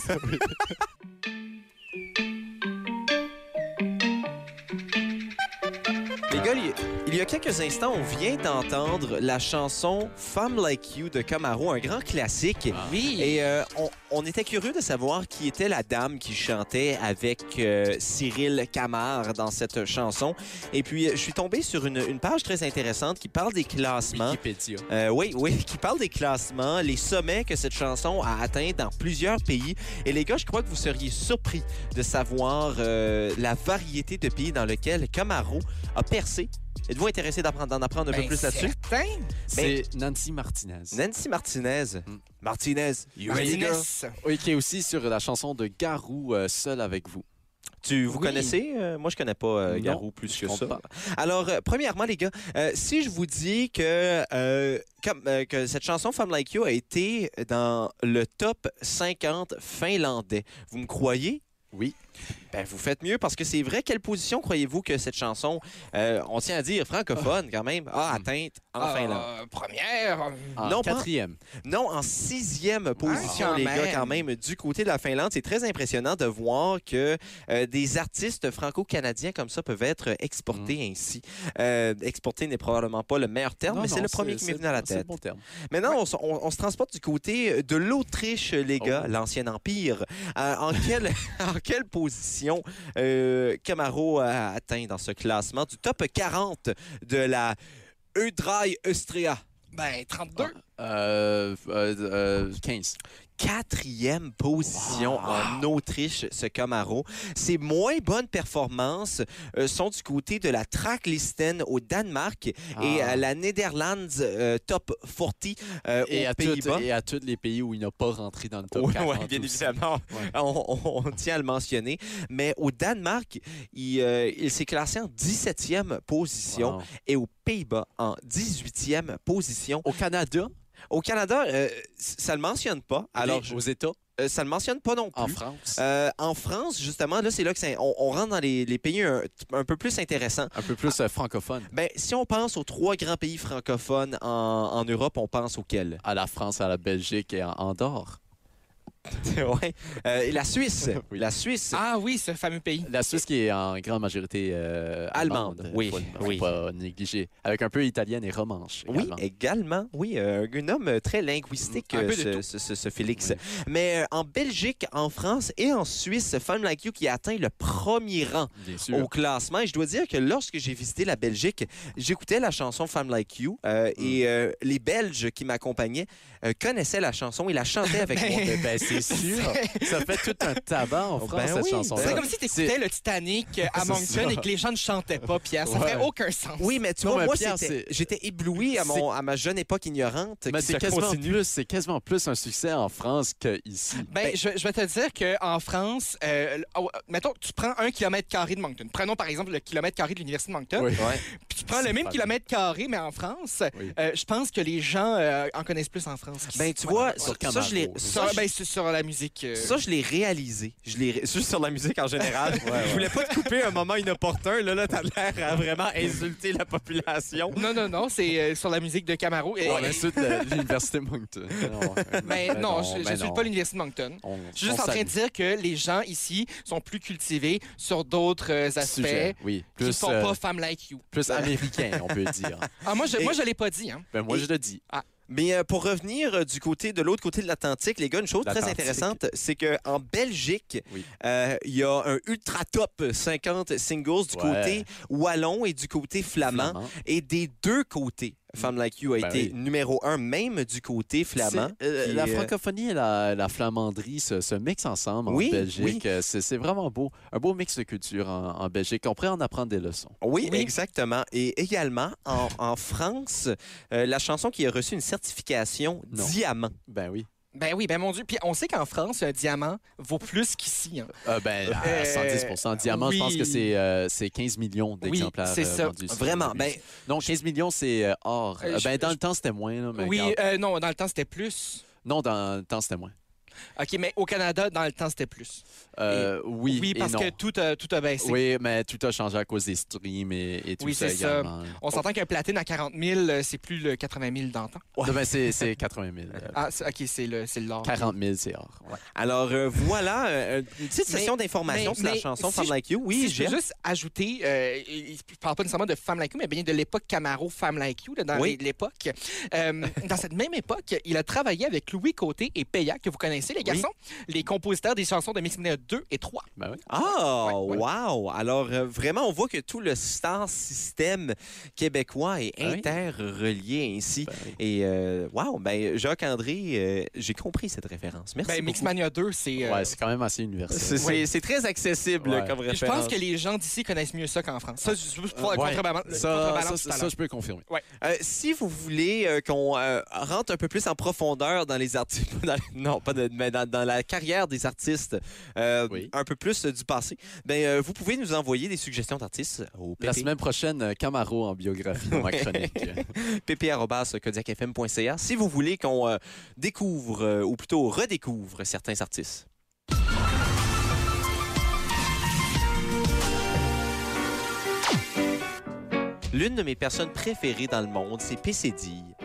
Les gars, il y- il y a quelques instants, on vient d'entendre la chanson Femme Like You de Camaro, un grand classique. Oui. Et euh, on, on était curieux de savoir qui était la dame qui chantait avec euh, Cyril Camard dans cette chanson. Et puis, euh, je suis tombé sur une, une page très intéressante qui parle des classements. Wikipédia. Euh, oui, oui, qui parle des classements, les sommets que cette chanson a atteints dans plusieurs pays. Et les gars, je crois que vous seriez surpris de savoir euh, la variété de pays dans lesquels Camaro a percé. Êtes-vous intéressé d'apprendre, d'en apprendre un peu Ben, plus là-dessus? certain. C'est Nancy Martinez. Nancy Martinez. Mm. Martinez. you ready, Martinez. girl? Oui, qui est aussi sur la chanson de Garou, euh, Seul avec vous. Tu, vous Oui. connaissez? Euh, moi, je connais pas euh, Non, Garou plus je que comprends ça. pas. Alors, euh, premièrement, les gars, euh, si je vous dis que, euh, comme, euh, que cette chanson Femme Like You a été dans le top 50 finlandais, vous me croyez? Oui. Ben, vous faites mieux parce que c'est vrai. Quelle position croyez-vous que cette chanson, euh, on tient à dire francophone quand même, a atteinte en Ah, Finlande? Première. En Non, pas- quatrième. Non, en sixième position, quand Ah, les même. gars, quand même, du côté de la Finlande. C'est très impressionnant de voir que euh, des artistes franco-canadiens comme ça peuvent être exportés ainsi. Euh, exporter n'est probablement pas le meilleur terme, Mm. Non, mais c'est non, le premier qui m'est c'est- venu à la C'est le tête. bon terme. Maintenant, on, se- on- on se transporte du côté euh, de l'Autriche, Oh. les gars, l'ancien empire. Euh, en, quelle, en quelle position euh, Camaro a atteint dans ce classement du top 40 de la Eudrail Eustria? Ben, 32. Ah, Euh, euh, euh, 15. quatrième position en Autriche, ce Camaro. Ses moins bonnes performances euh, sont du côté de la Tracklisten au Danemark et Ah. à la Netherlands euh, Top 40 euh, et, aux à toutes- Pays-Bas. et à tous les pays où il n'a pas rentré dans le top Oui, 40 oui, bien aussi. évidemment. Ouais. On, on- on tient à le mentionner. Mais au Danemark, il, euh, il s'est classé en 17e position Wow. et aux Pays-Bas en 18e position. Au Canada, Au Canada, euh, c- ça ne le mentionne pas. Alors, alors aux États, je- euh, ça ne le mentionne pas non plus. en France, Euh, en France, justement, là, c'est là que c'est- on, on rentre dans les, les pays un, un peu plus intéressants. un peu plus euh, francophone. Ben, si on pense aux trois grands pays francophones en, en Europe, on pense auxquels? À la France, à la Belgique et à Andorre. ouais. Euh, et la Suisse. Oui. La Suisse. Ah oui, ce fameux pays. La Suisse qui est en grande majorité euh, Allemande, allemande. oui, Faut, faut oui. pas négliger. Avec un peu italienne et romanche. Oui, également. également. Oui, euh, un homme euh, très linguistique, Mm, un euh, peu de ce, tout. ce- ce- ce Félix. Mais euh, en Belgique, en France et en Suisse, Femme Like You qui a atteint le premier rang bien sûr. au classement. Et je dois dire que lorsque j'ai visité la Belgique, j'écoutais la chanson Femme Like You euh, Mm. et euh, les Belges qui m'accompagnaient euh, connaissaient la chanson et la chantaient avec moi. Eh ben, c'est sûr. ça fait tout un tabac en Ben France, cette oui, chanson-là. C'est comme si t'écoutais le Titanic à C'est Moncton ça. et que les gens ne chantaient pas, Pierre. Ça Ouais. ferait aucun sens. Oui, mais tu Non, vois, mais moi, Pierre, c'était- c'est- j'étais ébloui à, mon, à ma jeune époque ignorante. Mais qui c'est se quasiment, continue. plus, c'est quasiment plus un succès en France qu'ici. Ben, je, je vais te dire qu'en France, euh, l- oh, euh, mettons, tu prends un kilomètre carré de Moncton. Prenons par exemple le kilomètre carré de l'Université de Moncton. Oui. Ouais. Puis tu prends C'est le même pas kilomètre carré, mais en France, Oui. euh, je pense que les gens euh, en connaissent plus en France. qu'ici. Ben, tu Ouais, vois, ouais. ça, Sur ça, je l'ai Camaro. ça, Ça, je- ben, c'est sur la musique. euh, ça, je l'ai réalisé. Je l'ai ré- Juste sur la musique en général. Je voulais pas te couper un moment inopportun. Là, là t'as l'air à vraiment insulter la population. Non, non, non, c'est euh, sur la musique de Camaro. Et- On insulte euh, l'Université Moncton. Non, euh, Mais ben non, je ben ne suis non. pas l'Université de Moncton. On- Je suis juste on en train de salue. dire que les gens ici sont plus cultivés sur d'autres euh, aspects Sujet, oui. qui ne Plus, sont euh, pas femmes like you. plus américain, on peut dire. Ah, moi, je Et- moi, je l'ai pas dit. Hein. Ben, moi, Et- je le dis. Mais euh, pour revenir euh, du côté de l'autre côté de l'Atlantique, les gars, une chose très L'Atlantique. intéressante, c'est qu'en Belgique, euh, il Oui. y a un ultra top 50 singles du Ouais. côté wallon et du côté flamand, Flamand. et des deux côtés. Femme Like You a Ben été oui. numéro un, même du côté flamand. C'est- euh, qui, la euh, francophonie et la, la flamanderie se, se mixent ensemble Oui, en Belgique. oui. Euh, C'est c'est vraiment beau. Un beau mix de culture en, en Belgique. On pourrait en apprendre des leçons. Oui, Oui. exactement. Et également, en, en France, euh, la chanson qui a reçu une certification Non. diamant. Ben oui. Ben oui, ben mon Dieu. Puis on sait qu'en France, un diamant vaut plus qu'ici. hein. Euh, ben, à Euh, 110 Diamant, je pense oui. que c'est euh, c'est 15 millions d'exemplaires. c'est euh, ça. vendus. Vraiment. Ben, non, 15 millions, c'est euh, or. Euh, Euh, je- ben, dans je- le temps, c'était moins. là, mais oui, regarde. euh, non, dans le temps, c'était plus. Non, dans le temps, c'était moins. OK, mais au Canada, dans le temps, c'était plus. Euh, oui, oui, et parce non. que tout a, tout a baissé. Oui, mais tout a changé à cause des streams et, et tout Oui, ça c'est ça. également. On s'entend qu'un platine à 40 000, euh, c'est plus le 80 000 d'antan. Non, ben, c'est c'est 80 000. euh, Ah, c'est- OK, c'est le, c'est l'or. 40 000, c'est or. Ouais. alors euh, voilà euh, une petite Mais- session d'informations mais- sur la mais chanson si Femme je- Like You. Oui, Oui, je j'ai. veux juste ajouter, euh, et- et je parle pas nécessairement de Femme Like You, mais bien de l'époque Camaro Femme Like You, là, dans Oui. les- l'époque. Euh, dans cette même époque, il a travaillé avec Louis Côté et Paya, que vous connaissez, les garçons, les compositeurs des chansons de Mix Millionaire 2 et 3. Ben oui. Ah, Ouais, ouais. wow! Alors, euh, vraiment, on voit que tout le star système québécois est Ah oui. interrelié ainsi. Ben oui. Et, euh, wow, ben, Jacques-André, euh, j'ai compris cette référence. Merci Ben, beaucoup. Mixmania 2, c'est. euh, Ouais, c'est quand même assez universel. C'est c'est- c'est très accessible Ouais. comme puis référence. je pense que les gens d'ici connaissent mieux ça qu'en France. Ça, je je- je- pour- Ouais. contrebalance- Ça, ça, contrebalance tout à ça, l'heure. je peux confirmer. Euh, si vous voulez euh, qu'on euh, rentre un peu plus en profondeur dans les artistes, dans- non, pas de, mais dans, dans la carrière des artistes, euh, Oui. un peu plus euh, du passé, ben, euh, vous pouvez nous envoyer des suggestions d'artistes au La pp- semaine prochaine, euh, Camaro en biographie dans ma chronique. pp.kodiakfm.ca si vous voulez qu'on euh, découvre, euh, ou plutôt redécouvre certains artistes. L'une de mes personnes préférées dans le monde, c'est PCD.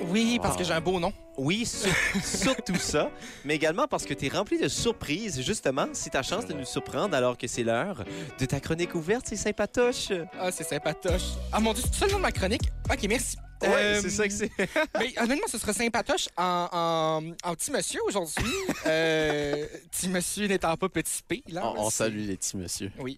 Oui, parce que j'ai un beau nom. Oui, sur- surtout ça, mais également parce que tu es rempli de surprises, justement, si tu chance de nous surprendre alors que c'est l'heure de ta chronique ouverte, c'est sympatoche. Ah, c'est sympatoche. Ah mon dieu, c'est ça le nom de ma chronique? Ok, merci. Ouais, Euh, c'est ça que c'est. Mais honnêtement, ce serait sympatoche en, en, en petit monsieur aujourd'hui. Euh, petit monsieur n'étant pas petit P. Là, On, on C'est- salue les petits monsieur. Non, mais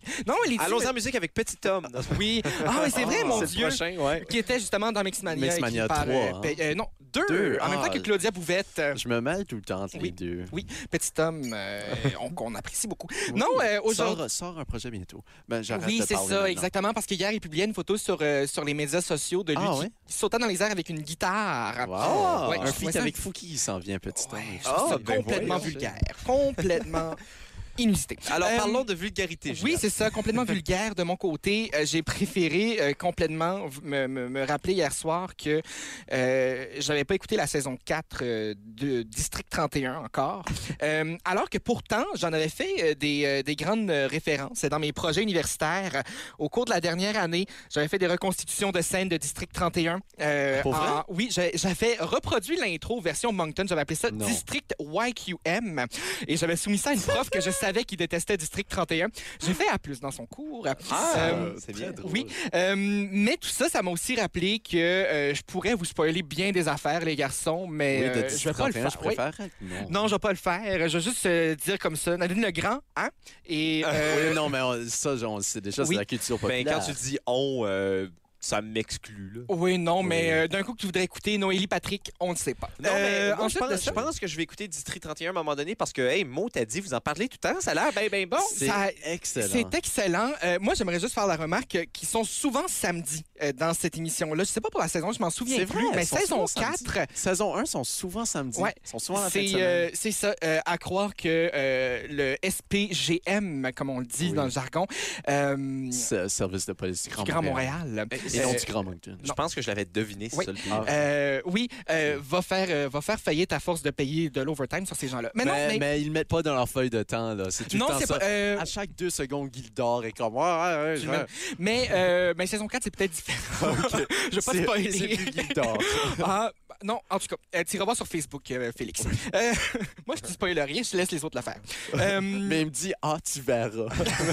les petits Allons en musique avec Petit Homme. messieurs- Oui. Ah, mais c'est vrai, Ah, mon c'est le Dieu. prochain, ouais. Qui était justement dans Mixmania. et qui Mixmania par, euh, 3, hein. pa- euh, non, deux. Deux, En même ah. temps que Claudia Bouvette. euh, Je me mêle tout le temps entre Oui. les deux. Petit homme euh, on- qu'on apprécie beaucoup. Non, euh, aujourd'hui. Sort, sort un projet bientôt. Ben, j'arrête Oui, de c'est parler ça, maintenant. exactement. Parce qu'hier, il publiait une photo sur, euh, sur les médias sociaux de lui Ah, qui, ouais? qui sautait dans les airs avec une guitare. Wow. Ouais, je un trouvais feat ça- avec Fouki, il s'en vient petit Ouais, homme. je trouve Ah, ça ben complètement voyons. vulgaire, complètement inusité. Alors Euh, parlons de vulgarité. Oui, Gilles. c'est ça, complètement vulgaire de mon côté. Euh, J'ai préféré euh, complètement v- me, me- me rappeler hier soir que euh, j'avais pas écouté la saison 4 euh, de District 31 encore, Euh, alors que pourtant j'en avais fait euh, des, euh, des grandes euh, références dans mes projets universitaires. euh, Au cours de la dernière année, j'avais fait des reconstitutions de scènes de District 31. Euh, Ah, Pour vrai? en- oui, j'ai- j'avais reproduit l'intro version Moncton. J'avais appelé ça Non. District YQM. Et j'avais soumis ça à une prof que je savais qui détestait District 31. J'ai fait A plus dans son cours. Ah, Euh, c'est bien drôle. oui, euh, mais tout ça, ça m'a aussi rappelé que euh, je pourrais vous spoiler bien des affaires, les garçons, mais Oui, euh, de je vais pas le faire. 10-31, je Oui. préfère. être- Non. Non, je vais pas le faire. Je vais juste euh, dire comme ça. Nadine Legrand, hein? Et euh, Oui, non, mais on- ça, on le sait déjà, oui. c'est la culture Ben, populaire. quand tu dis on, euh, ça m'exclut. là. Oui, non, mais Oui. euh, d'un coup que tu voudrais écouter Noélie Patrick, on ne sait pas. Non, mais Euh, moi, je, ensuite de pense, ça- je pense que je vais écouter District 31 à un moment donné parce que, hey, Mo, t'as dit, vous en parlez tout à l'heure, ça a l'air ben, ben bon. C'est ça- excellent. C'est excellent. Euh, moi, j'aimerais juste faire la remarque euh, qu'ils sont souvent samedi euh, dans cette émission-là. Je sais pas pour la saison, je m'en souviens C'est plus, vrai, mais ils sont saison souvent samedi. 4, Saison 1 sont souvent samedi. Ouais. Ils sont souvent la fin de c'est semaine. euh, c'est ça, euh, à croire que euh, le SPGM, comme on le dit Oui. dans le jargon, euh, du Ce- Service de police du Grand, Grand Montréal. Montréal, Et non euh, du Grand Moncton. Je pense que je l'avais deviné, c'est Oui. ça le pire. Ah. euh, oui, euh, va, faire, euh, va faire faillite à force de payer de l'overtime sur ces gens-là. Mais, non, Ben, mais, mais... mais ils le mettent pas dans leur feuille de temps, là. C'est tout non, le temps c'est ça. Ah. pas. euh, À chaque deux secondes, Gildor est comme. Ouais, ouais, ouais, Tu je- m'aimes. mais, euh, mais saison 4, c'est peut-être différent. Je vais pas C'est- spoiler. C'est plus Gildor. Ah, Non, en tout cas, euh, tu iras voir sur Facebook, euh, Félix. Euh, moi, je ne spoil rien, je te laisse les autres le faire. Euh, Mais il me dit, ah, tu verras.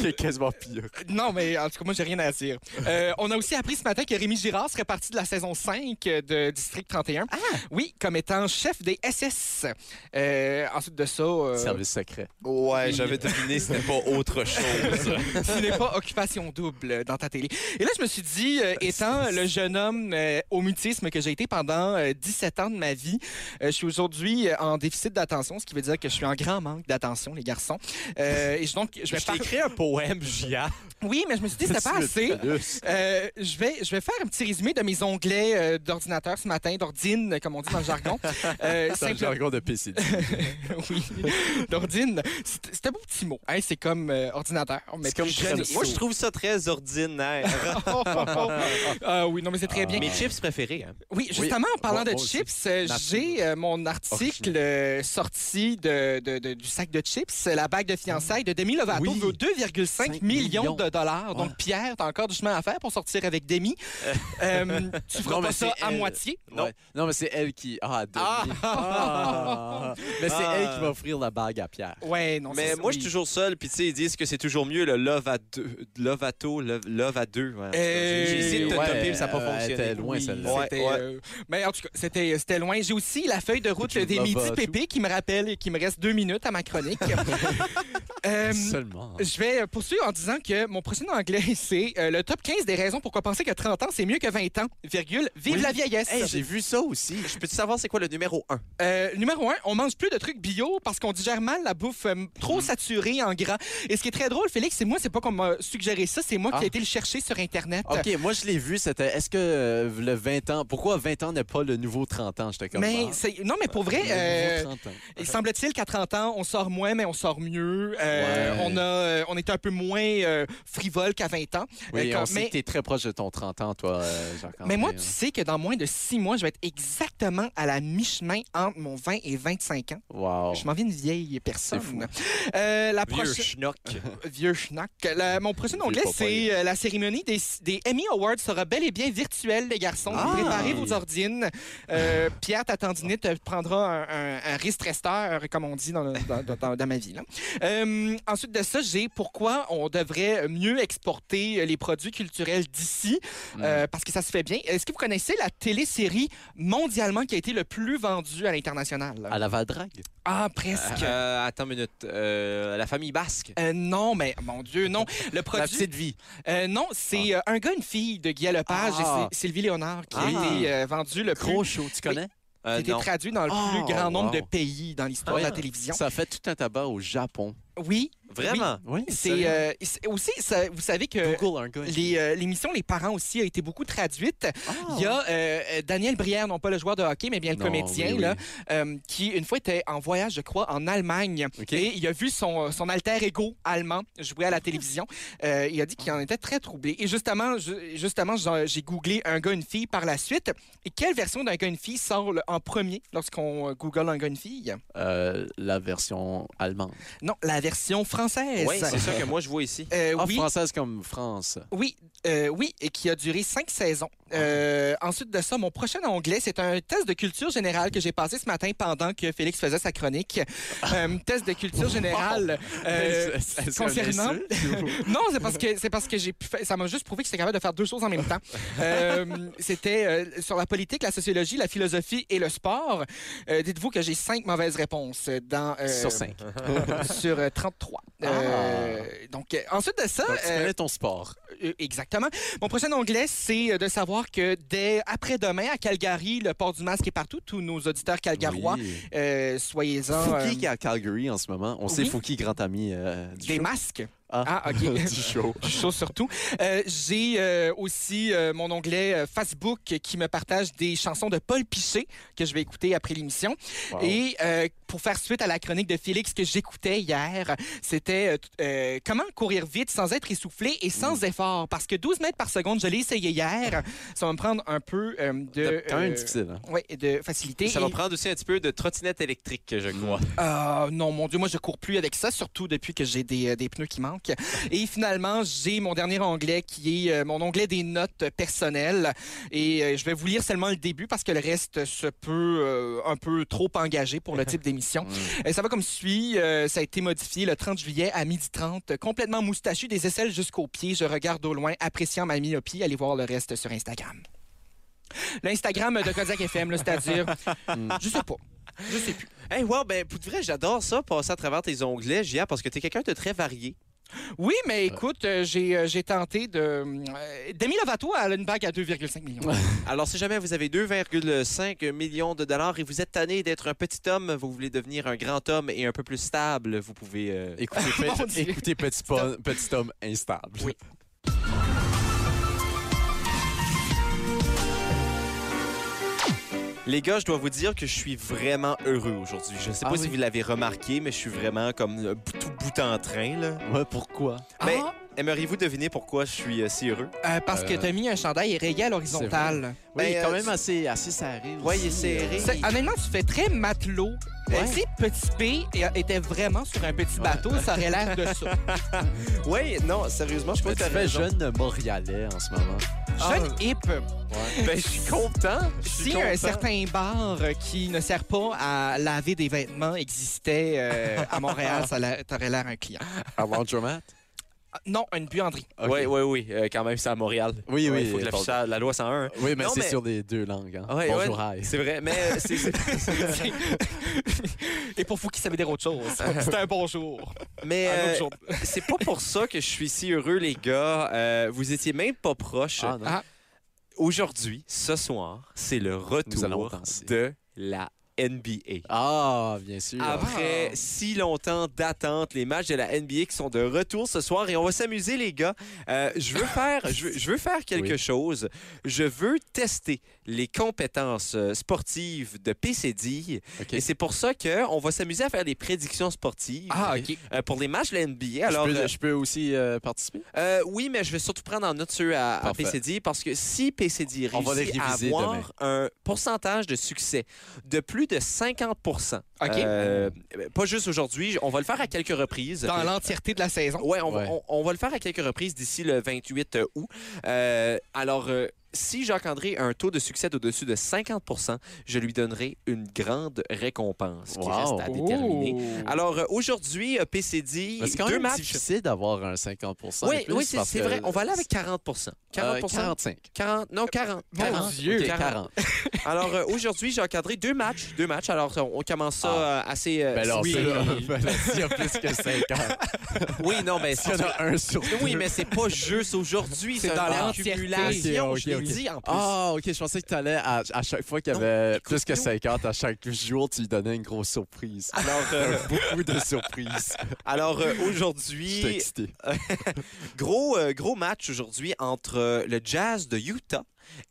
Qui est quasiment pire. Non, mais en tout cas, moi, j'ai rien à dire. Euh, on a aussi appris ce matin que Rémi Girard serait parti de la saison 5 de District 31. Ah! Oui, comme étant chef des SS. Euh, ensuite de ça, euh, Service secret. Ouais, j'avais deviné, ce n'est pas autre chose. ce n'est pas occupation double dans ta télé. Et là, je me suis dit, euh, étant le jeune homme euh, au mutisme que j'ai été pendant euh, 17 ans de ma vie, euh, je suis aujourd'hui euh, en déficit d'attention, ce qui veut dire que je suis en grand manque d'attention, les garçons. Euh, et je- donc, je vais Je t'ai par- écrit un poème, J.A. Oui, mais je me suis dit, c'était pas assez. Plus. Euh, je vais, je vais faire un petit résumé de mes onglets euh, d'ordinateur ce matin, d'ordine, comme on dit dans le jargon. Euh, C'est un simple- jargon de PC. oui, d'ordine. C'est c'est un beau petit mot. Hein, c'est comme euh, ordinateur. Mais C'est comme plus jeune. Moi, je trouve ça très ordinaire. Oh, oh, oh. Ah oui, non, mais c'est très bien. Mes chips préférés. hein. Oui, justement, en parlant Moi- de moi aussi. chips, euh, Nature. j'ai euh, mon Oh, article euh, sorti de, de- de- du sac de chips. La bague de fiançailles de Demi Lovato Oui. vaut 2,5 Cinq millions millions. de dollars. Ouais. Donc, Pierre, t'as encore du chemin à faire pour sortir avec Demi. Euh, tu feras Non, pas mais ça c'est à elle. moitié. Non. non, mais c'est elle qui. Ah, Denis. Ah. Mais c'est Ah. elle qui va offrir la bague à Pierre. Ouais, non, Mais c'est- moi, je oui. suis toujours seul. Puis, tu sais, ils disent que c'est toujours mieux le love à deux. Love à tôt, love, love à deux. ouais. Euh, J'ai essayé de te ouais, topper, mais ça n'a pas euh, elle fonctionné. était loin, Oui. celle-là. Ouais, C'était, ouais. euh, mais en tout cas, c'était, c'était loin. J'ai aussi la feuille de route Tu des vas midi pas pépé qui me rappelle et qui me reste deux minutes à ma chronique. Euh, Seulement. Je vais euh, poursuivre en disant que mon prochain anglais, c'est euh, le top 15 des raisons pourquoi penser que 30 ans, c'est mieux que 20 ans, virgule, vive Oui. la vieillesse. Hey, j'ai vu ça aussi. Je peux-tu savoir c'est quoi le numéro un? Euh, numéro un, on mange plus de trucs bio parce qu'on digère mal la bouffe euh, Mhm. trop saturée en gras. Et ce qui est très drôle, Félix, c'est moi, c'est pas qu'on m'a suggéré ça, c'est moi qui Ah. ai été le chercher sur Internet. OK, moi, je l'ai vu. C'était. Est-ce que euh, le 20 ans. Pourquoi 20 ans n'est pas le nouveau 30 ans? J'étais comme. Mais ah, c'est- non, mais pour vrai, le euh, nouveau 30 ans. il semble-t-il qu'à 30 ans, on sort moins, mais on sort mieux. Euh, Ouais. on, a, euh, on est un peu moins euh, frivole qu'à 20 ans. Oui, Euh, on quand- sait mais- que t'es très proche de ton 30 ans, toi, euh, Jean-Claude. Mais moi, tu sais que dans moins de six mois, je vais être exactement à la mi-chemin entre mon 20 et 25 ans. Hein. Wow. Je m'en viens une vieille personne. fou. Euh, la Vieux prochaine- schnock. Vieux schnack. La- Mon prochain Vieux onglet, papa, c'est euh, la cérémonie des, des Emmy Awards sera bel et bien virtuelle, les garçons. Ah! Préparez vos ordines. Euh, Pierre, ta tendinite euh, prendra un, un, un wrist rester, comme on dit dans, le- dans- dans- dans- dans ma vie. là. Euh, ensuite de ça, j'ai pourquoi on devrait mieux exporter les produits culturels d'ici, euh, parce que ça se fait bien. Est-ce que vous connaissez la télésérie mondialement qui a été le plus vendue à l'international? À la Valdrague. Ah, presque. Euh, attends une minute. Euh, la famille basque. Euh, non, mais mon Dieu, non. Le produit. La petite vie. Euh, non, c'est euh, un gars, une fille de Guy Lepage Ah. et c'est Sylvie Léonard qui a Ah. été euh, vendue le plus, Gros show, tu connais? Euh, qui a été non. traduit dans le Oh, plus grand nombre wow. de pays dans l'histoire de la télévision. Ça fait tout un tabac au Japon. Oui, Vraiment? Oui, c'est euh, c'est- aussi, ça- vous savez que Google un gars. les, euh, l'émission Les Parents aussi a été beaucoup traduite. ah, Il y a euh, euh, Daniel Brière, non pas le joueur de hockey, mais bien le Non, comédien, oui, oui. là, euh, qui une fois était en voyage, je crois, en Allemagne. OK. Et il a vu son, euh, son alter ego allemand jouer à la télévision. Euh, il a dit qu'il en était très troublé. Et justement, je- justement j'en- j'ai googlé un gars, une fille par la suite. Et quelle version d'un gars, une fille sort le- en premier lorsqu'on euh, google un gars, une fille? Euh, la version allemande. Non, la version française. Oui, c'est ça que moi, je vois ici. Euh, Ah, oui. française comme France. Oui, euh, oui, et qui a duré cinq saisons. Euh, ensuite de ça, mon prochain onglet, c'est un test de culture générale que j'ai passé ce matin pendant que Félix faisait sa chronique. Euh, test de culture générale euh, concernant. Non, c'est parce que c'est parce que j'ai pu faire- ça m'a juste prouvé que j'étais capable de faire deux choses en même temps. Euh, C'était euh, sur la politique, la sociologie, la philosophie et le sport. Euh, Dites-vous que j'ai cinq mauvaises réponses dans euh, Sur 5. Donc, sur, euh, 33. Euh, donc euh, ensuite de ça, tu euh, connais ton sport. euh, Exactement. Mon prochain onglet, c'est euh, de savoir que dès après-demain, à Calgary, le port du masque est partout. Tous nos auditeurs calgarois, Oui. euh, soyez-en euh, Fouki qui est à Calgary en ce moment. On sait oui. Fouki, grand ami euh, du des show. masques. Ah. Ah, OK. du show. Du show surtout. Euh, J'ai euh, aussi euh, mon onglet euh, Facebook qui me partage des chansons de Paul Piché que je vais écouter après l'émission. Wow. Et euh, pour faire suite à la chronique de Félix que j'écoutais hier, c'était euh, t- euh, comment courir vite sans être essoufflé et Mm. sans effort. Parce que 12 mètres par seconde, je l'ai essayé hier. Ça va me prendre un peu euh, de, quand même euh, difficile. Hein? ouais, de facilité. Ça va Et- prendre aussi un petit peu de trottinette électrique, je crois. Ah, non, mon Dieu, moi je cours plus avec ça, surtout depuis que j'ai des, euh, des pneus qui manquent. manque. Et finalement, j'ai mon dernier onglet qui est euh, mon onglet des notes personnelles. Et euh, je vais vous lire seulement le début parce que le reste se peut euh, un peu trop engagé pour le type d'émission. Euh, ça va comme suit. euh, ça a été modifié le 30 juillet à 12h30. Complètement moustachu des aisselles jusqu'aux pieds. Je regarde au loin, appréciant ma myopie. Allez voir le reste sur Instagram. L'Instagram de Kodiak FM, là, c'est-à-dire, je sais pas. Je sais plus. Hey, wow, ben, pour de vrai, j'adore ça, passer à travers tes onglets, Gia, parce que t'es quelqu'un de très varié. Oui, mais écoute, euh, j'ai euh, j'ai tenté de. euh, Demi Lovato a une bague à 2,5 millions. Alors, si jamais vous avez 2,5 millions de dollars et vous êtes tanné d'être un petit homme, vous voulez devenir un grand homme et un peu plus stable, vous pouvez... euh, Écoutez, Mon pe- Dieu. écoutez petit, Po- Petit homme instable. Oui. Les gars, je dois vous dire que je suis vraiment heureux aujourd'hui. Je ne sais Ah pas si oui. vous l'avez remarqué, mais je suis vraiment comme euh, tout bout en train, là. Ouais, pourquoi? Ben, aimeriez-vous deviner pourquoi je suis euh, si heureux? Euh, parce que Euh, t'as mis un chandail rayé à l'horizontale. Oui, il est Ben, quand euh, même assez, assez serré. Ouais, aussi, il est serré. C'est- Honnêtement, tu fais très matelot. Euh, Ouais. Si Petit P était vraiment sur un petit bateau, ça aurait l'air de ça. Oui, non, sérieusement, je Mais pense tu que fais jeune Montréalais en ce moment. Jeune hip. Ben, je suis content. Ah. Je suis Si content. un certain bar euh, qui ne sert pas à laver des vêtements existait euh, à Montréal, ça l'a- t'aurais l'air un client. Un laundromat? Ah, Non, une buanderie. Ok. Oui, oui, oui. euh, quand même, c'est à Montréal. Oui, Ouais, oui, Il faut que pardon. l'affichage- la loi 101. hein. Oui, mais Non, c'est mais- sur les deux langues. Hein. Ouais, Bonjour, ouais, hi. C'est vrai, mais euh, c'est- c'est- Et pour vous qui savez dire autre chose, c'était un bonjour. mais, Un euh, autre jour. c'est pas pour ça que je suis si heureux, les gars. Euh, vous étiez même pas proches. Ah, non. Ah. Aujourd'hui, ce soir, c'est le allons retour danser. de la NBA. Ah, bien sûr. Après Ah. si longtemps d'attente, les matchs de la NBA qui sont de retour ce soir et on va s'amuser, les gars. Euh, je, veux faire, je, veux, je veux faire quelque Oui. chose. Je veux tester les compétences euh, sportives de PCD. Ok. Et c'est pour ça qu'on va s'amuser à faire des prédictions sportives Ah, OK. euh, pour les matchs de la NBA. Alors, je, peux, euh, je peux aussi euh, participer? euh, oui, mais je vais surtout prendre en note ceux à, à Parfait. PCD parce que si PCD On va les réussit à réviser avoir demain. un pourcentage de succès de plus de 50 OK. euh, pas juste aujourd'hui, on va le faire à quelques reprises. Dans l'entièreté de la saison. Ouais, on, va- Ouais. on- on va le faire à quelques reprises d'ici le 28 août. Euh, alors, euh, si Jacques-André a un taux de succès au-dessus de 50 je lui donnerai une grande récompense qui Wow. reste à déterminer. Oh. Alors, euh, aujourd'hui, euh, PCD, Mais C'est quand deux même matchs. difficile d'avoir un 50 Oui, et oui, plus c'est parce c'est que- vrai. On va aller avec 40 40 Euh, 45. 40, non, 40. Mon 40, Dieu. ok, 40. 40. Alors, euh, aujourd'hui, j'ai encadré deux matchs. Deux matchs. Alors, on on commence ça euh, assez... euh, Ben là, oui, c'est là, ben là, s'il y a plus que 50, oui, non, mais il y en a un sur deux. Oui, mais c'est pas juste aujourd'hui. C'est C'est dans dans l'entièreté. l'accumulation. Ok, Je l'ai ok, ok. dit en plus. Ah, OK, je pensais que tu allais, à, à chaque fois qu'il y Non, avait écoute, plus que nous- 50, à chaque jour, tu lui donnais une grosse surprise. Alors, euh, Beaucoup de surprises. alors euh, Je suis aujourd'hui, excité. gros, euh, gros match aujourd'hui entre euh, le Jazz de Utah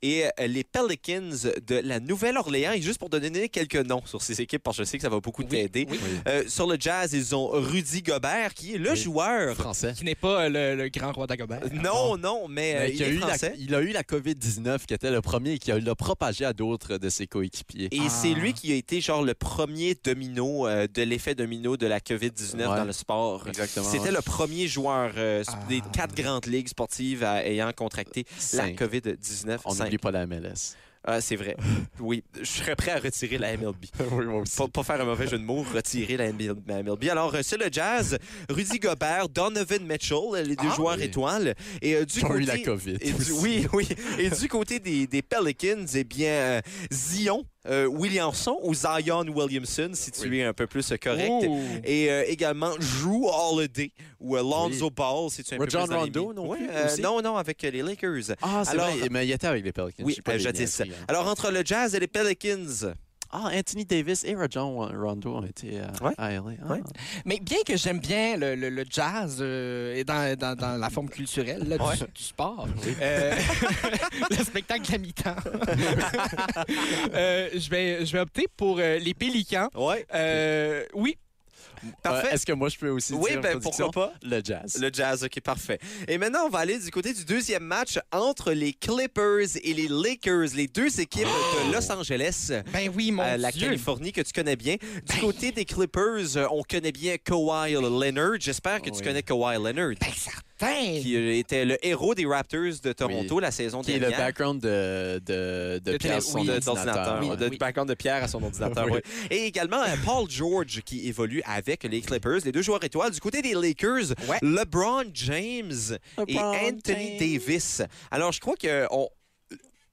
et euh, les Pelicans de la Nouvelle-Orléans. Et juste pour donner quelques noms sur ces équipes, parce que je sais que ça va beaucoup t'aider. Oui. Euh, sur le Jazz, ils ont Rudy Gobert, qui est le Oui. joueur. Français. Qui n'est pas euh, le, le grand roi d'Agobert. Euh, Non, non, mais euh, Mais il qui a est eu la- français. il a eu la COVID-19 qui était le premier et qui a- l'a propagé à d'autres de ses coéquipiers. Et c'est lui qui a été genre le premier domino euh, de l'effet domino de la COVID-19 Ouais. dans le sport. Exactement. C'était le premier joueur euh, sp- Ah. des quatre grandes ligues sportives à- ayant contracté la Cinq. COVID-19. On Cinq. n'oublie pas la MLS. Ah, c'est vrai. Oui, je serais prêt à retirer la MLB. oui, moi aussi. Pas, pas faire un mauvais jeu de mots, retirer la MLB. la MLB. Alors, euh, c'est le Jazz, Rudy Gobert, Donovan Mitchell, les deux Ah, joueurs oui. étoiles. Et euh, du Ils ont eu la côté... COVID. Et du- aussi. oui, oui. Et du côté des, des Pelicans, eh bien, euh, Zion euh, Williamson ou Zion Williamson, si tu Oui. es un peu plus euh, correct. Et euh, également Drew Holiday ou euh, Lonzo Ball, si tu es un peu Rajon plus dans les Rondo mi- non Ouais, plus, euh, aussi? non, non, avec euh, les Lakers. Ah, c'est Alors- vrai. Mais il était avec les Pelicans. Oui, J'ai pas euh, des jadis. niaiseries, hein. Alors, entre le Jazz et les Pelicans, Ah, Anthony Davis et Rajon Rondo ont été euh, Ouais. à LA. Ah. Ouais. Mais bien que j'aime bien le, le- le jazz euh, et dans, dans- dans la forme culturelle là, du- du, sport, euh, le spectacle de la mi-temps, euh, je vais, je vais opter pour euh, les Pélicans. ouais. Euh, oui. Parfait. Euh, Est-ce que moi, je peux aussi oui, dire ben, prédiction? pourquoi pas? Le jazz. Le jazz, ok, parfait. Et maintenant, on va aller du côté du deuxième match entre les Clippers et les Lakers, les deux équipes Oh! de Los Angeles. Ben oui, mon à Euh, la Dieu. Californie que tu connais bien. Ben! Du côté des Clippers, euh, on connaît bien Kawhi Leonard. J'espère que tu Oui. connais Kawhi Leonard, Ben certain. qui euh, était le héros des Raptors de Toronto la saison Qui est le dernière. background de, de, de, De Pierre, télé- son oui, de- ordinateur. Ben, d'ordinateur, ouais. ouais, de- oui. background de Pierre à son ordinateur. Oui. ouais. Et également euh, Paul George qui évolue avec les Clippers, les deux joueurs étoiles. Du côté des Lakers, Ouais. LeBron James et LeBron Anthony James. Davis. Alors, je crois que on,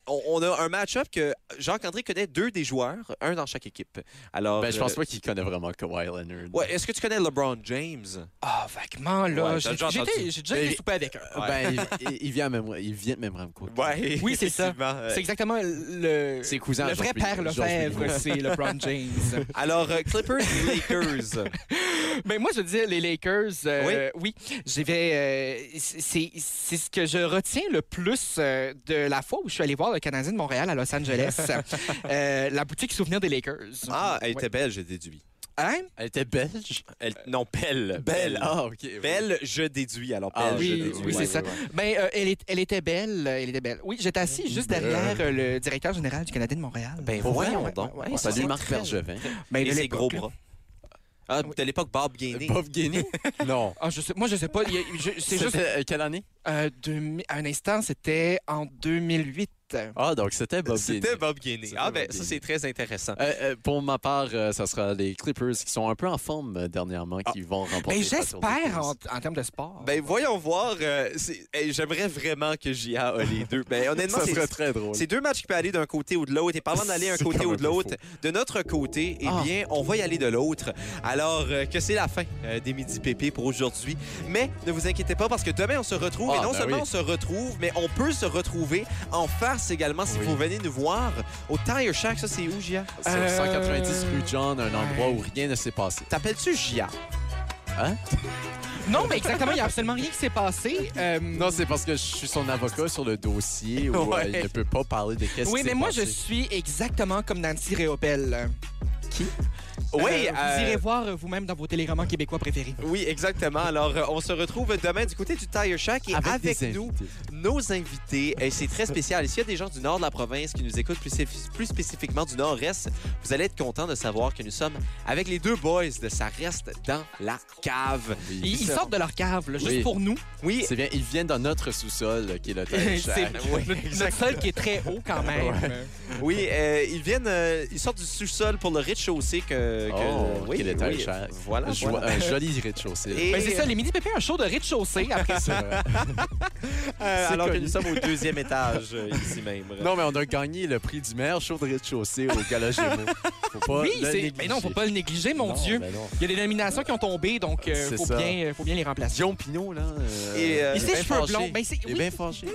on- on a un match-up que Jacques-André connaît deux des joueurs, un dans chaque équipe. Alors, Ben, je pense euh, pas qu'il connaît vraiment Kawhi Leonard. Ouais, est-ce que tu connais LeBron James? Ah, vaguement, là. Ouais, J'ai t'as déjà j'ai entendu. été- j'ai déjà Ben, été souper avec eux. Ben, il, il- il vient même, il vient de même Ramco. Oui, c'est ça. effectivement, euh, C'est exactement le, Ses cousins, le George vrai Mil- père George Lefebvre, Mil- c'est LeBron James. Alors, euh, Clippers et Lakers. Ben moi, je veux dire, les Lakers, euh, oui, j'y vais. euh, c'est c'est ce que je retiens le plus euh, de la fois où je suis allé voir le Canadien de Montréal à Los Angeles, Euh, la boutique souvenir des Lakers. Ah, elle était Ouais. belle, je déduis. Hein? Elle était belge? Elle- Non, belle. Belle. Ah, ok. oui. Belle, je déduis. Alors, belle, Ah, je oui, déduis. oui, c'est Ouais, ça. ouais, ouais. Ben, euh, elle, est- elle était belle, euh, elle était belle. Oui, j'étais assis juste derrière euh, le directeur général du Canadien de Montréal. Ben, Ouais, voyons ouais, donc. ouais, On ouais, salue c'est Salut Marc très- Bergevin. Ben, Et de ses l'époque, gros là. bras. Ah, de l'époque, Bob Gainey. Bob Gainey? non. Ah, je sais, moi, je sais pas. il y a- je- C'est juste. C'était, euh, quelle année? euh, 2000 à un instant, c'était en 2008. Ah, donc c'était Bob Gainey. C'était Bob Gainey. C'était Ah, Bob ben, Gainey. ça, c'est très intéressant. Euh, euh, pour ma part, euh, ça sera les Clippers qui sont un peu en forme euh, dernièrement, qui vont remporter. Ben, le Battle j'espère en, Lakers. en termes de sport. Ben, voyons voir. euh, c'est- hey, J'aimerais vraiment que J.A. a les deux. Ben, honnêtement, ça c'est serait très drôle. C'est deux matchs qui peuvent aller d'un côté ou de l'autre. Et parlant d'aller d'un C'est côté quand ou même de l'autre, de notre côté, eh Ah. bien, on va y aller de l'autre. Alors euh, que c'est la fin euh, des Midi PP pour aujourd'hui. Mais ne vous inquiétez pas parce que demain, on se retrouve. Ah, et non ben seulement oui. on se retrouve, mais on peut se retrouver en face également si Oui. Ah, vous venez nous voir au Tire Shack. Ça, c'est où, Gia? Sur Euh, 190 rue John, un endroit ouais. où rien ne s'est passé. T'appelles-tu Gia? Hein? Non, mais exactement, il n'y a absolument rien qui s'est passé. Euh, Non, c'est parce que je suis son avocat sur le dossier où euh, Ouais. il ne peut pas parler de qu'est-ce oui, qui mais s'est moi, je passé. suis exactement comme Nancy Réopel. Oui, Euh, euh, Vous irez voir euh, vous-même dans vos téléromans québécois préférés. oui, exactement. Alors, euh, on se retrouve demain du côté du Tire Shack et des avec nous, invités. nos invités. Et c'est très spécial. Et S'il y a des gens du nord de la province qui nous écoutent plus, spécif- plus spécifiquement du nord-est, vous allez être contents de savoir que nous sommes avec les deux boys de Ça reste dans la cave. Ils, ils sortent de leur cave, là, juste Oui. pour nous. Oui, C'est bien, ils viennent dans notre sous-sol euh, qui est le C'est Tire Shack. notre notre sol qui est très haut quand même. oui, euh, ils viennent, euh, ils sortent du sous-sol pour le rez-de-chaussée que, que- Oh, oui, qui est le oui, Tire Shack. Voilà, Jo- voilà. Un joli rez-de-chaussée. Et, Ben, c'est ça, euh, les midi pépés, un show de rez-de-chaussée après ça. C'est vrai. euh, c'est alors que connu. nous sommes au deuxième étage euh, ici même. Non, mais on a gagné le prix du maire chaud de rez-de-chaussée au Gala Gémeaux. Faut pas Oui, le c'est. négliger. Mais non, faut pas le négliger, mon Non, Dieu. ben non. Il y a des nominations qui ont tombé, donc euh, C'est faut, ça. bien, euh, faut bien les remplacer. Guillaume Pinot, là. euh, Et, euh, il Et ses est bien cheveux fâché. blonds, ben, c'est- Il est oui. bien fâché.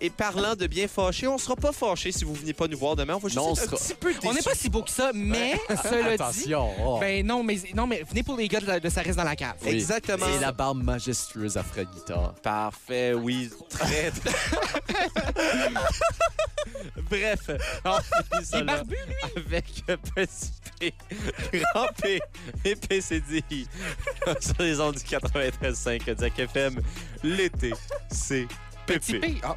Et parlant de bien fâché, on sera pas fâché si vous venez pas nous voir demain. On va juste Non, on être sera- un petit peu On n'est déçus. pas si beau que ça, mais cela dit, Attention. oh. Ben non, mais non, mais venez pour les gars de, la- de ça reste dans la cave. Oui. Exactement. Et la barbe majestueuse après guitare. Parfait, oui, très, très... Bref, on finit ça C'est là barbu, lui. avec Petit P, Grand P et PCD sur les ondes du 93.5 Kodiak FM. L'été, c'est Petit pépé. P. Ah.